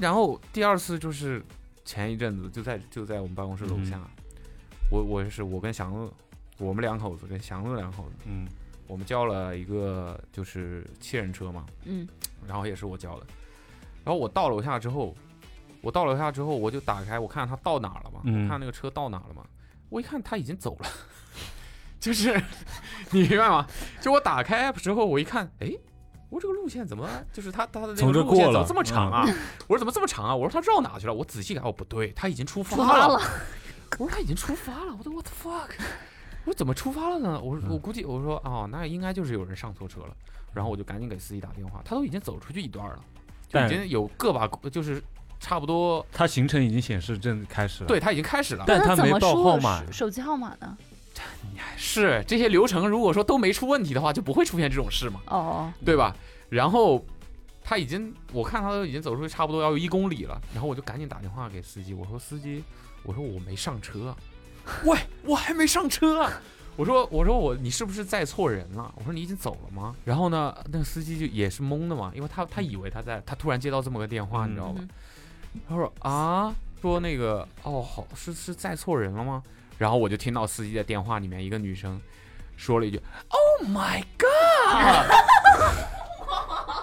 B: 然后第二次就是前一阵子，就在就在我们办公室楼下，我我是我跟祥子，我们两口子跟祥子两口子，
F: 嗯，
B: 我们叫了一个就是七人车嘛，
G: 嗯，
B: 然后也是我叫的，然后我到楼下之后，我到楼下之后我就打开，我看他到哪儿了嘛，
F: 嗯
B: 我看那个车到哪儿了嘛，我一看他已经走了， 就是 你明白吗？就我打开 app 之后，我一看，哎。我这个路线怎么就是他他的那个
F: 从这
B: 路
F: 过
B: 线怎么
F: 了嗯
B: 这么长啊？我说怎么这么长啊？我说他绕哪去了？我仔细看，哦不对，他已经出发
G: 出发
B: 了
G: 了，
B: 我说他已经出发了，我说 what the fuck，我说怎么出发了呢？我说
F: 嗯
B: 我估计我说哦，那应该就是有人上错车了，然后我就赶紧给司机打电话，他都已经走出去一段了，就已
F: 但
B: 经有个把就是差不多，
F: 他行程已经显示正开始了。，
B: 对他已经开始了。
F: 但他
G: 那怎
F: 没
G: 么
F: 报
G: 输
F: 号码
G: 手。手机号码呢？
B: 是这些流程，如果说都没出问题的话，就不会出现这种事嘛，
G: 哦，
B: 对吧？然后他已经，我看他都已经走出去差不多要有一公里了，然后我就赶紧打电话给司机，我说司机，我说我没上车啊， 喂，我还没上车啊。我说，我说我你是不是载错人了？我说你已经走了吗？然后呢，那个司机就也是懵的嘛，因为他他以为他在，他突然接到这么个电话，
F: 嗯
B: 你知道吧
G: 嗯？
B: 他说啊，说那个哦，好是是载错人了吗？然后我就听到司机在电话里面一个女生说了一句 “Oh my god”，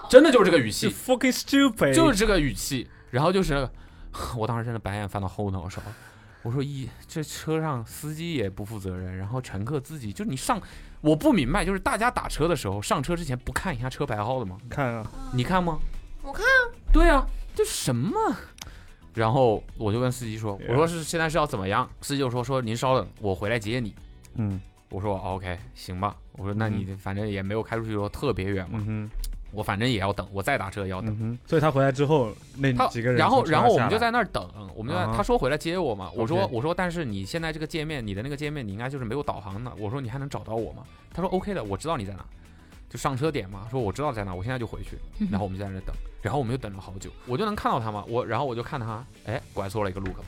B: 真的就是这个语气，
H: fucking stupid，
B: 就是这个语气。然后就是， 我当时真的白眼翻到后脑勺。我说一，这车上司机也不负责任，然后乘客自己就你上，我不明白，就是大家打车的时候上车之前不看一下车牌号的吗？
H: 看啊，
B: 你看吗？
C: 我
B: 看啊。对啊，这什么？然后我就问司机说：“我说是现在是要怎么样？”司机就说：“说您稍等，我回来接你。
H: 嗯”
B: 我说：“OK，行哦吧。”我说：“那你反正也没有开出去说特别远嘛，
H: 嗯哼
B: 我反正也要等，我再打车也要等。
H: 嗯哼，所以他回来之后那
B: 他
H: 几个人
B: 然后
H: 从车上
B: 然后我
H: 下
B: 们就
H: 来
B: 在那儿等，我们就在、
H: 啊
B: 他说回来接我嘛，我说
H: OK
B: 我说但是你现在这个界面，你的那个界面你应该就是没有导航的，我说你还能找到我吗？他说 OK 的，我知道你在哪，就上车点嘛，说我知道在哪，我现在就回去，
G: 嗯
B: 然后我们就在那儿等，然后我们就等了好久，我就能看到他嘛，我然后我就看他，哎，拐错了一个路口，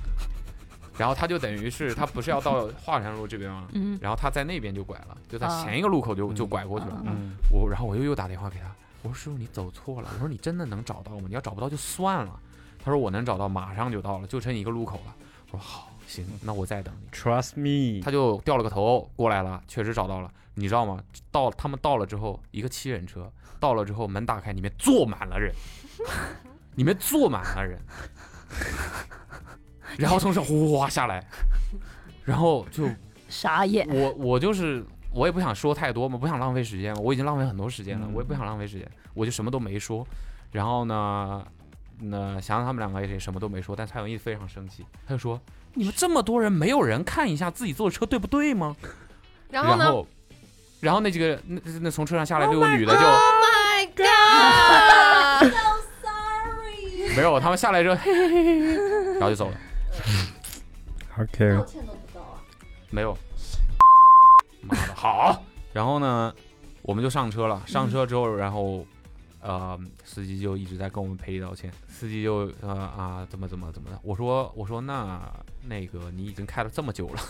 B: 然后他就等于是他不是要到华山路这边吗？
G: 嗯，
B: 然后他在那边就拐了，就在
G: 啊
B: 前一个路口就、
H: 嗯
B: 就拐过去了。
H: 嗯
B: 我然后我又又打电话给他，我说师傅你走错了，我说你真的能找到吗？你要找不到就算了。他说我能找到，马上就到了，就剩一个路口了。我说好，行，那我再等你。
H: trust me，
B: 他就掉了个头过来了，确实找到了。你知道吗？到他们到了之后，一个七人车到了之后，门打开，里面坐满了人，里面坐满了人，然后从上呼呼哗下来，然后就
G: 傻眼。
B: 我我就是我也不想说太多嘛，不想浪费时间嘛，我已经浪费很多时间了，我也不想浪费时间，我就什么都没说。然后呢，那想想他们两个也什么都没说，但蔡永义非常生气，他就说：“你们这么多人，没有人看一下自己坐的车对不对吗？”
C: 然
B: 然
C: 后呢
B: 后然后那几个那那从车上下来六个女的就、
C: ？Oh ？My God！
B: 没有，他们下来之后，嘿嘿嘿嘿嘿，然后就走了，
H: OK，
I: 道歉都不道啊。
B: 没有。妈的，好。然后呢，我们就上车了。
H: 嗯
B: 上车之后，然后，呃，司机就一直在跟我们赔礼道歉。司机就呃啊，怎么怎么怎么的。我说我说那那个你已经开了这么久了，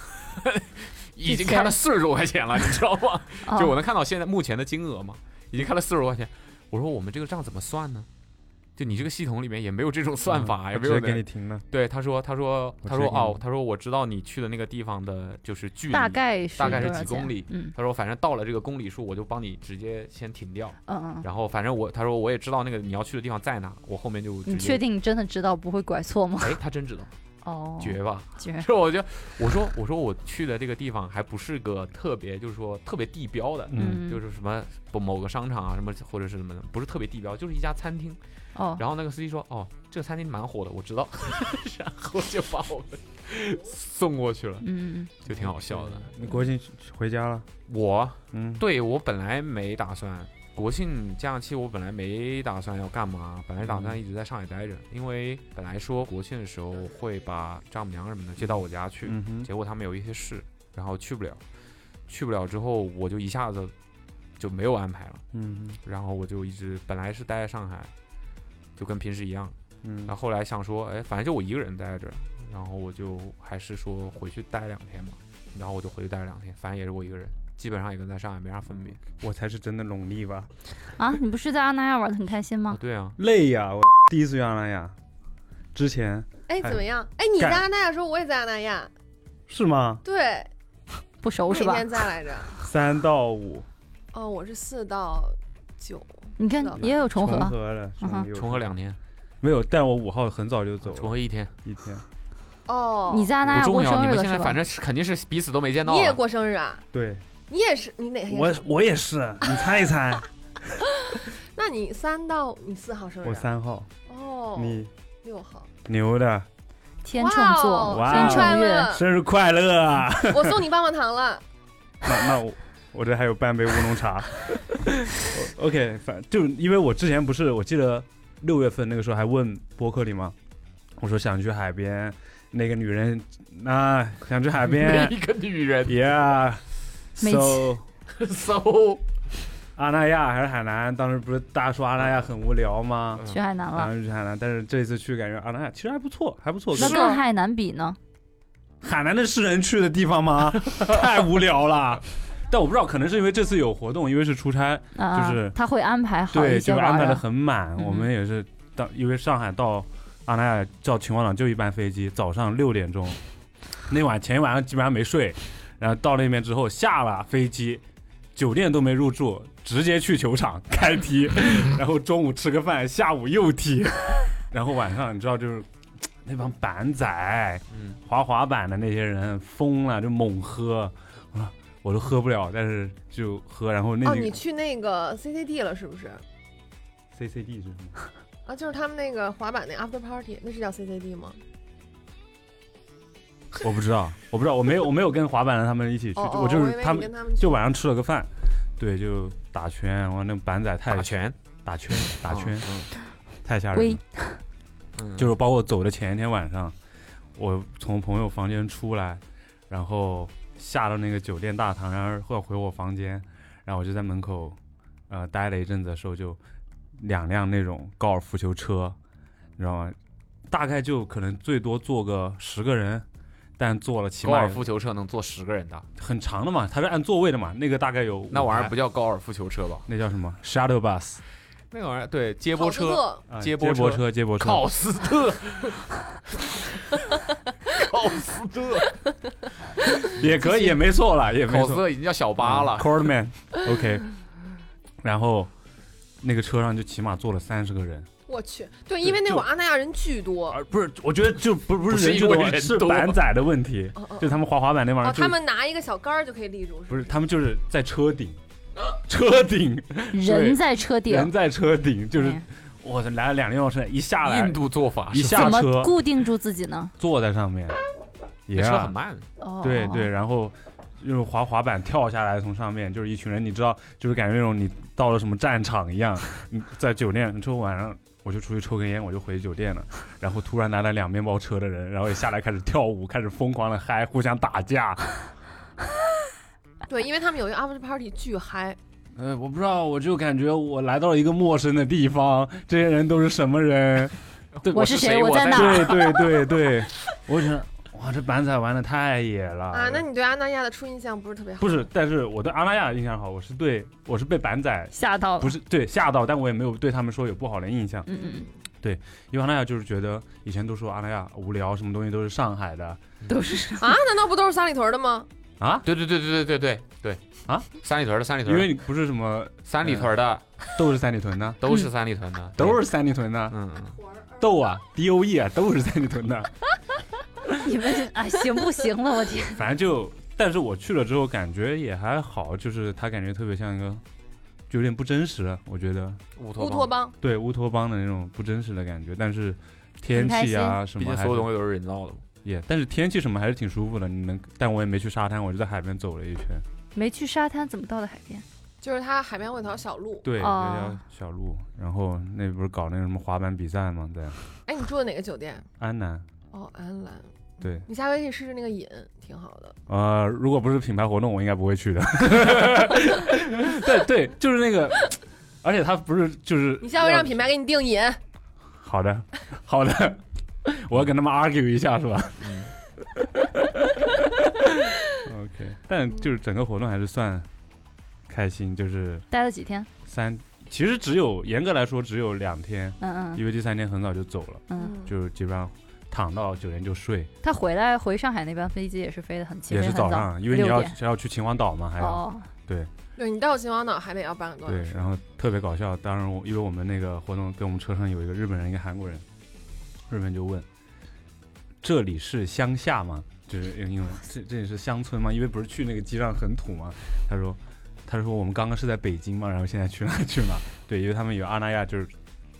B: 已经开了四十多块钱了，你知道 吗？
G: 哦
B: 就我能看到现在目前的金额吗？已经开了四十多块钱。我说我们这个账怎么算呢？就你这个系统里面也没有这种算法，也
H: 我
B: 没
H: 嗯直
B: 有
H: 接
B: 那
H: 给你听了，
B: 对，他说，他说，
H: 我
B: 他
H: 直
B: 说，
H: 接给
B: 哦
H: 你，
B: 他说，我知道你去的那个地方的就是距离，
G: 大概是
B: 大概是
G: 多少
B: 几公
G: 钱
B: 里
G: 嗯
B: 他说，反正到了这个公里数，我就帮你直接先停掉。
G: 嗯嗯，
B: 然后反正我，他说我也知道那个你要去的地方在哪，我后面就直
G: 你
B: 接
G: 确？定你真的知道不会拐错吗？
B: 哎，他真知道，
G: 哦，
B: 绝吧！
G: 绝，
B: 说我就我说我说我去的这个地方还不是个特别就是说特别地标的，
G: 嗯，
B: 就是什么不某个商场啊什么或者是什么的，不是特别地标，就是一家餐厅。
G: 哦，
B: 然后那个司机说：“哦，这个餐厅蛮火的，我知道。” 然后就把我们 送过去了，
G: 嗯，
B: 就挺好笑的。
H: 你国庆回家了，
B: 我
H: 嗯，
B: 对我本来没打算国庆假期，我本来没打算要干嘛，本来打
H: 嗯
B: 算一直在上海待着，因为本来说国庆的时候会把丈母娘什么的接到我家去，
H: 嗯哼，
B: 结果他们有一些事，然后去不了。去不了之后，我就一下子就没有安排了，
H: 嗯哼
B: 然后我就一直本来是待在上海，就跟平时一样。
H: 嗯，
B: 然后后来想说，哎，反正就我一个人待着，然后我就还是说回去待两天嘛，然后我就回去待了两天，反正也是我一个人，基本上也跟在上海没啥分别。
F: 我才是真的努力吧。
G: 啊，你不是在阿那亚玩的很开心
B: 啊
G: 吗？
B: 对啊，
H: 累呀，我第一次去阿那亚，之前
C: 哎，
H: 哎
C: 怎么样？哎，你在
H: 干
C: 阿那亚的时候，我也在阿那亚，
H: 是吗？
C: 对，
G: 不熟
C: 我
G: 是
C: 哪
G: 吧？
C: 天在来着？
H: 三到五
C: 哦，我是四到九，
G: 你看
C: 是的
G: 也有重
H: 重
G: 合，
H: 合了，
G: 嗯哼
H: 重
B: 重合两天，
F: 没有，但我五号很早就走
B: 重
F: 了，
B: 合一天，
F: 一天。
C: 哦，
G: 你在阿那
B: 不
G: 亚
B: 重
G: 过
B: 要。
G: 生
B: 你
G: 日
B: 们
G: 了
B: 现在
G: 是吧？
B: 反正是肯定是彼此都没见到
C: 你也
B: 啊。
C: 过生日啊？
H: 对，
C: 你也是，你哪天？
H: 我我也是，你猜一 猜，
C: 那你三到你四号生日啊？
H: 我三号，
C: 哦，
H: 你
C: 六号，
F: 牛的，
G: 天秤座，
C: 哇哦
G: 天
C: 生日快
G: 秤月，
C: 乐！
H: 生日快乐啊！
C: 我送你棒棒糖了。
H: 那那我我这还有半杯乌龙茶。我 OK，反就因为我之前不是，我记得六月份那个时候还问博客里嘛，我说想去海边，那个女人啊想去海 边
B: 一个女人
G: 没钱
H: ，Yeah，so
B: ，so
H: 阿那亚还是海南，当时不是大家说阿那亚很无聊吗？
G: 去海南
H: 然
F: 嗯
G: 了。
H: 后去海南，但是这一次去感觉阿那亚其实还不错，还不错。
G: 那
H: 跟
G: 跟海南比呢？
H: 海南的是人去的地方 吗？太无聊了。但我不知道，可能是因为这次有活动，因为是出差，
G: 啊，
H: 就是
G: 他会安排好
H: 对，
G: 一些
H: 就是
G: 玩
H: 安排
G: 儿啊
H: 的
G: 的。
H: 很满。
G: 嗯
H: 我们也是到，因为上海到
F: 阿那亚叫秦皇岛就一班飞机，早上六点钟，那晚前一晚上基本上没睡，然后到那边之后下了飞机，酒店都没入住，直接去球场开踢， 然后中午吃个饭，下午又踢， 然后晚上你知道就是。那帮板仔，
B: 嗯，
F: 滑滑板的那些人疯了，就猛喝，啊，我都喝不了，但是就喝。然后那
C: 哦，
F: 几
C: 你
F: 个
C: 去那个 CCD 了是不是？
F: CCD 是什么？
C: 啊，就是他们那个滑板那 after party，那是叫 CCD 吗？
F: 我不知道，我不知道，我没有，我没有跟滑板的他们一起去，
C: 哦哦，
F: 我就
C: 以
F: 是
C: 为
F: 他
C: 你
F: 们
C: 跟他们去
F: 就晚上吃了个饭，对，就打拳，哇，那板仔太
B: 打拳，
F: 打拳打
C: 哦
F: 拳、
B: 嗯，
F: 太吓人
G: 喂
F: 了，，
B: 嗯
F: 就是包括走的前一天晚上，我从朋友房间出来，然后下到那个酒店大堂，然后要回我房间，然后我就在门口呃待了一阵子的时候，就两辆那种高尔夫球车，你知道吗？大概就可能最多坐个十个人，但坐了起
B: 高
F: 码
B: 尔
F: 有
B: 夫球车能坐十个人的，
F: 很长的嘛，它是按座位的 嘛，那个大概有
B: 那
F: 五
B: 玩意
F: 排
B: 儿不叫高尔夫球车吧？
F: 那叫什么 shuttle bus
B: 那个玩意儿对接
C: 考
B: 驳
C: 斯
B: 车，
C: 特
F: 啊接
B: 接驳
F: 驳
B: 车
F: 车接驳车，
B: 考斯特，考斯特，
F: 也可 以也没错了，也没
B: 考斯
F: 错，嗯
B: 特已经叫小巴了。
F: Cordman OK，然后那个车上就起码坐了三十个人，
C: 我去，对，因为那
F: 就啊
C: 会儿阿那亚人巨多，
F: 而不是我觉得就不不
B: 不是
F: 是人
B: 因
F: 就
B: 为
F: 多
B: 人
F: 是
B: 多
F: 板仔的问题，
C: 哦哦
F: 就他们滑滑板那玩意
C: 哦，
F: 儿就
C: 他们拿一个小杆儿就可以立住，
F: 不是他们就是在车顶，车顶
G: 人在车
F: 人
G: 顶，
F: 在车顶，就是
G: 哎
F: 我来了两辆车一下来
B: 印度做法
F: 一
B: 是
F: 下
G: 怎么
F: 车
G: 固定住自己呢？
F: 坐在上面，也
B: 那车
F: 啊
B: 很慢，
G: 哦，
F: 对
G: 哦
F: 对，，然后就是滑滑板跳下来，从上面就是一群人，你知道，就是感觉那种你到了什么战场一样。你在酒店，之后晚上我就出去抽根烟，我就回酒店了。然后突然来了两面包车的人，然后也下来开始跳舞，开始疯狂的嗨，互相打架。
C: 对，因为他们有一个 after party 巨嗨，
F: 呃，我不知道，我就感觉我来到了一个陌生的地方，这些人都是什么人？对，
G: 我
F: 我
G: 是
B: 谁
G: 谁？我
B: 我在
G: 在哪儿？
F: 对 对对对，我想，哇，这板仔玩的太野了
C: 啊，那你对阿那亚的初印象不是特别好？
F: 不是，但是我对阿拉亚印象好，我是对我是被板仔
G: 吓到了，
F: 不是对吓到，但我也没有对他们说有不好的印象，
G: 嗯，嗯
F: 因为阿拉亚就是觉得以前都说阿拉亚无聊，什么东西都是上海的
G: 嗯，都是
C: 啊，难道不都是三里屯的吗？
F: 啊，
B: 对对对对对对对对
F: 啊！
B: 三里屯的三里
F: 因
B: 屯，
F: 为你嗯不是什么
B: 三里屯的
F: 都是三里屯的，
B: 都是三里屯的，
F: 都是三里屯的，
B: 嗯，嗯
F: 豆啊，D O E 啊，都是三里屯的，
G: 你们啊，行不行了？我天，
F: 反正就，但是我去了之后感觉也还好，就是他感觉特别像一个。就有点不真实，我觉得
B: 乌托
C: 乌托
B: 邦，
C: 邦，
F: 对乌托邦的那种不真实的感觉，但是天
G: 很开
F: 气啊什
B: 毕
F: 么
B: 竟
F: 还
B: 所有
F: 是
B: 东西都是人造的嘛。
F: 也但是天气什么还是挺舒服的。你能，但我也没去沙滩，我就在海边走了一圈。
G: 没去沙滩，怎么到的海边？
C: 就是它海边会有条小路。
F: 对，那
G: 哦
F: 条小路，然后那不是搞那个什么滑板比赛吗？在
C: 哎，你住的哪个酒店？
F: 安南。
C: 哦，安澜。
F: 对，
C: 你下回可以试试那个饮，挺好的。
F: 呃，如果不是品牌活动，我应该不会去 的。对对，就是那个，而且他不是就是
C: 你下回让
F: 要
C: 品牌给你定饮，
F: 好的好的，我要跟他们 argue 一下是吧
B: 嗯
F: ？OK，但就是整个活动还是算开心，就是
G: 待了几天？
F: 三，其实只有严格来说只有两天，
G: 嗯
F: 因
G: 嗯
F: 为第三天很早就走了，
G: 嗯，
F: 就基本上躺到九点就睡，
G: 他回来回上海那班飞机也是飞得很勤，
F: 也是
G: 飞得
F: 早
G: 很
F: 上，因为你
G: 6
F: 要
G: 点
F: 要去哎秦皇岛嘛，还要、
G: 哦，
C: 对你到秦皇岛还得要半个多小
F: 对，
C: 时。
F: 然后特别搞笑。当然我，因为我们那个活动跟我们车上有一个日本人，一个韩国人，日本人就问：“这里是乡下吗？”就是用英文，这这里是乡村吗？因为不是去那个机上很土吗？他说：“他说我们刚刚是在北京嘛，然后现在去哪去哪？对，因为他们有阿那亚，就是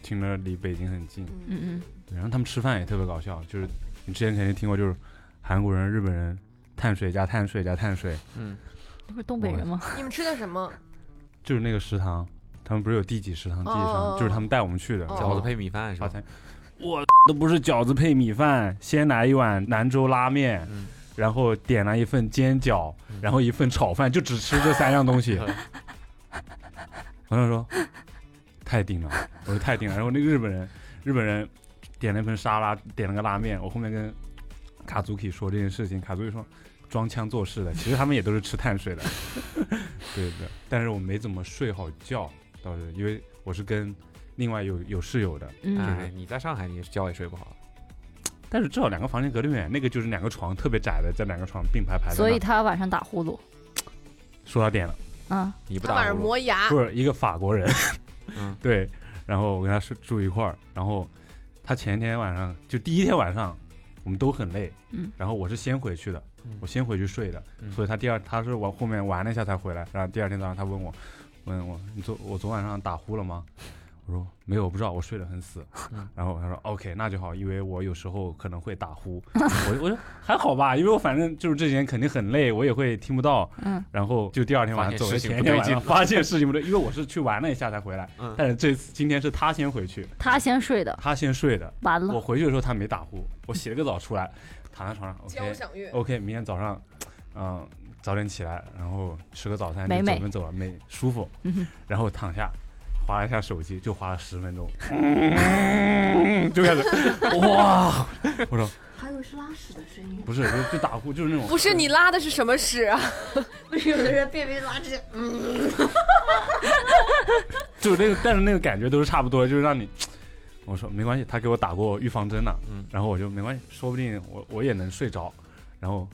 F: 听着离北京很近。
G: 嗯嗯，
F: 对然后他们吃饭也特别搞笑，就是你之前肯定听过，就是韩国人、日本人碳水加碳水加碳水，
B: 嗯，
G: 这不是东北人吗？
C: 你们吃的什么？
F: 就是那个食堂，他们不是有地几食堂、地几食
C: 哦哦
F: 堂，
C: 哦
F: 就是他们带我们去的，
C: 哦
B: 饺子配米饭是
F: 发
B: 吧？
F: 财。我都不是饺子配米饭，先来一碗兰州拉面，
B: 嗯
F: 然后点了一份煎饺，
B: 嗯
F: 然后一份炒饭，就只吃这三样东西。
B: 嗯
F: 朋友说 太顶了，我说太顶了。然后那个日本人，日本人点了一份沙拉，点了个拉面。我后面跟卡祖基说这件事情，卡祖基说装腔作势的，其实他们也都是吃碳水的。 对的，但是我没怎么睡好觉，倒是因为我是跟另外有有室友的，
B: 哎，
G: 嗯，
B: 你在上海，你觉也睡不好。
F: 但是至少两个房间隔得远，那个就是两个床特别窄的，在两个床并排排的。
G: 所以他晚上打呼噜，
F: 说到点了，
G: 嗯，
B: 你不
C: 他
B: 打
C: 晚上
B: 呼噜
C: 磨牙，
F: 不是一个法国人，
B: 嗯
F: 对，然后我跟他睡住一块儿，然后他前天晚上就第一天晚上我们都很累，
G: 嗯，
F: 然后我是先回去的，
B: 嗯
F: 我先回去睡的，
B: 嗯
F: 所以他第二他是往后面玩了一下才回来，然后第二天早上他问我，问我你昨我昨晚上打呼了吗？我说没有，我不知道，我睡得很死。
B: 嗯
F: 然后他说 OK，那就好，因为我有时候可能会打呼。我我说还好吧，因为我反正就是这几天肯定很累，我也会听不到。
G: 嗯，
F: 然后就第二天晚上走的前一天晚上发现事情不对，因为我是去玩了一下才回来。
B: 嗯
F: 但是这次今天是他先回去，
G: 他先睡的，
F: 他先睡的。
G: 完
F: 我
G: 了，
F: 回去的时候他没打呼，我洗了个澡出来，躺在床上
C: 交
F: OK
C: 响乐。
F: OK，明天早上，嗯、早点起来，然后吃个早餐，
G: 美
F: 就
G: 美
F: 走门走了，美舒服
G: 嗯哼，
F: 然后躺下。划了一下手机，就划了十分 钟，就开始哇！我说
I: 还有是拉屎的声音，
F: 不是，就就打呼，就是那种
C: 不是你拉的是什么屎 啊？
I: 不是有的人便便拉屎，
F: 就是那个，但是那个感觉都是差不多，就是让你，我说没关系，他给我打过预防针了，
B: 嗯
F: 然后我就没关系，说不定我我也能睡着，然后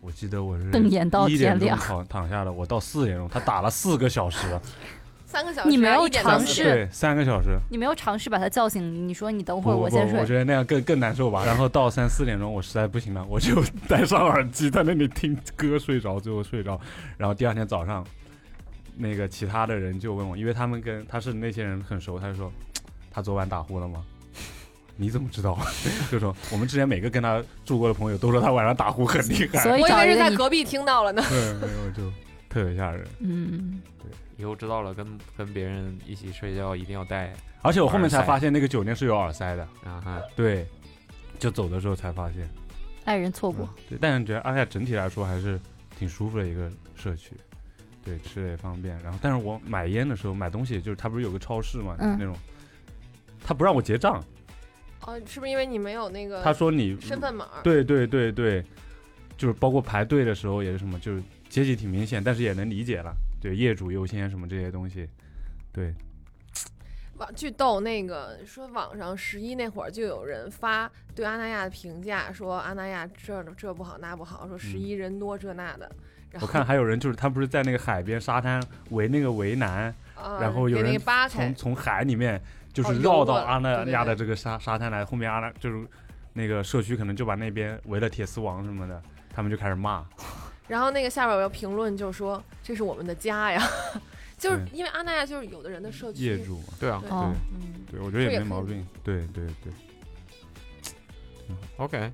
F: 我记得我是
G: 瞪眼到
F: 一点钟
G: 天亮。
F: 躺躺下了，我到四点钟，他打了四个小时，
C: 三个小时啊，
G: 你没有
C: 一点
G: 尝
C: 都不
G: 试
F: 对，三个小时，
G: 你没有尝试把他叫醒，你说你等
F: 不
G: 会儿
F: 不不，
G: 先
F: 我
G: 睡，
F: 觉得那样更更难受吧。然后到三四点钟，我实在不行了，我就 戴上耳机在那里听歌睡着，最后睡着。然后第二天早上，那个其他的人就问我，因为他们跟他是那些人很熟，他就说他昨晚打呼了吗？ 你怎么知道？ 就说我们之前每个跟他住过的朋友都说他晚上打呼很厉害，
G: 所以
C: 我以
G: 找
C: 为
G: 一
C: 是
G: 个
C: 在
G: 你，
C: 隔壁听到了呢。
F: 对，没有就特别吓人。
G: 嗯，
B: 以后知道了，跟跟别人一起睡觉一定要带
F: 而且我后面才发现那个酒店是有耳塞的，
B: 啊哈。
F: 对，就走的时候才发现。
G: 爱人错过，
F: 嗯对，但是觉得阿夏整体来说还是挺舒服的一个社区，对，吃的也方便。然后，但是我买烟的时候买东西，就是他不是有个超市嘛，
G: 嗯
F: 那种，他不让我结账，
C: 哦，是不是因为你没有那个
F: 他说你
C: 呃身份码？
F: 对对对对，就是包括排队的时候也是什么，就是阶级挺明显，但是也能理解了，对，业主优先什么这些东西，对，
C: 网巨逗，那个说网上十一那会儿就有人发对阿那亚的评价，说阿那亚这这不好那不好，说十一人多这那的。然
F: 嗯我
C: 后
F: 看还有人就是他不是在那个海边沙滩围那个围栏，
C: 啊，
F: 然后有
C: 给那
F: 人
C: 个扒开
F: 从，从海里面就
C: 哎哦
F: 是
C: 游
F: 绕到
C: 过来
F: 阿那
C: 对对
F: 亚的
C: 对
F: 这个沙沙滩来，后面阿那就是那个社区可能就把那边围了铁丝网什么的，他们就开始骂。
C: 然后那个下边有评论就说这是我们的家呀， 就是
F: 对
C: 因为阿那亚就是有的人的社区
F: 业主嘛，
B: 对啊
C: 对
G: 哦，
C: 嗯，
F: 对我觉得
C: 这
F: 也
C: 也
F: 没
C: 可以
F: 毛病。对对对
B: ，OK，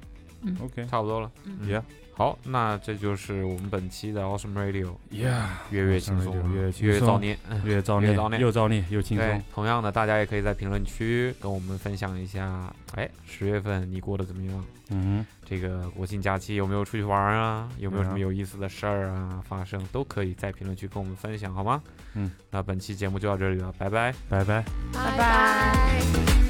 F: ，OK，
B: 差不多了。
G: 嗯
B: 也好，那这就是我们本期的 Awesome Radio，
F: 呀，
B: 月月轻松，
F: Awesome Radio，
B: 月
F: 越
B: 月造孽。嗯
F: 越造
B: 越造
F: 孽
B: 孽
F: 又造孽又轻
B: 对
F: 松。，
B: 同样的，大家也可以在评论区跟我们分享一下，哎，十月份你过得怎么样？
F: 嗯
B: 这个国庆假期有没有出去玩儿啊？有没有
F: 对啊
B: 什么有意思的事儿啊发生？都可以在评论区跟我们分享，好吗？
F: 嗯，
B: 那本期节目就到这里了，拜拜。
F: 哼，拜拜。
C: 拜
G: 拜
C: 拜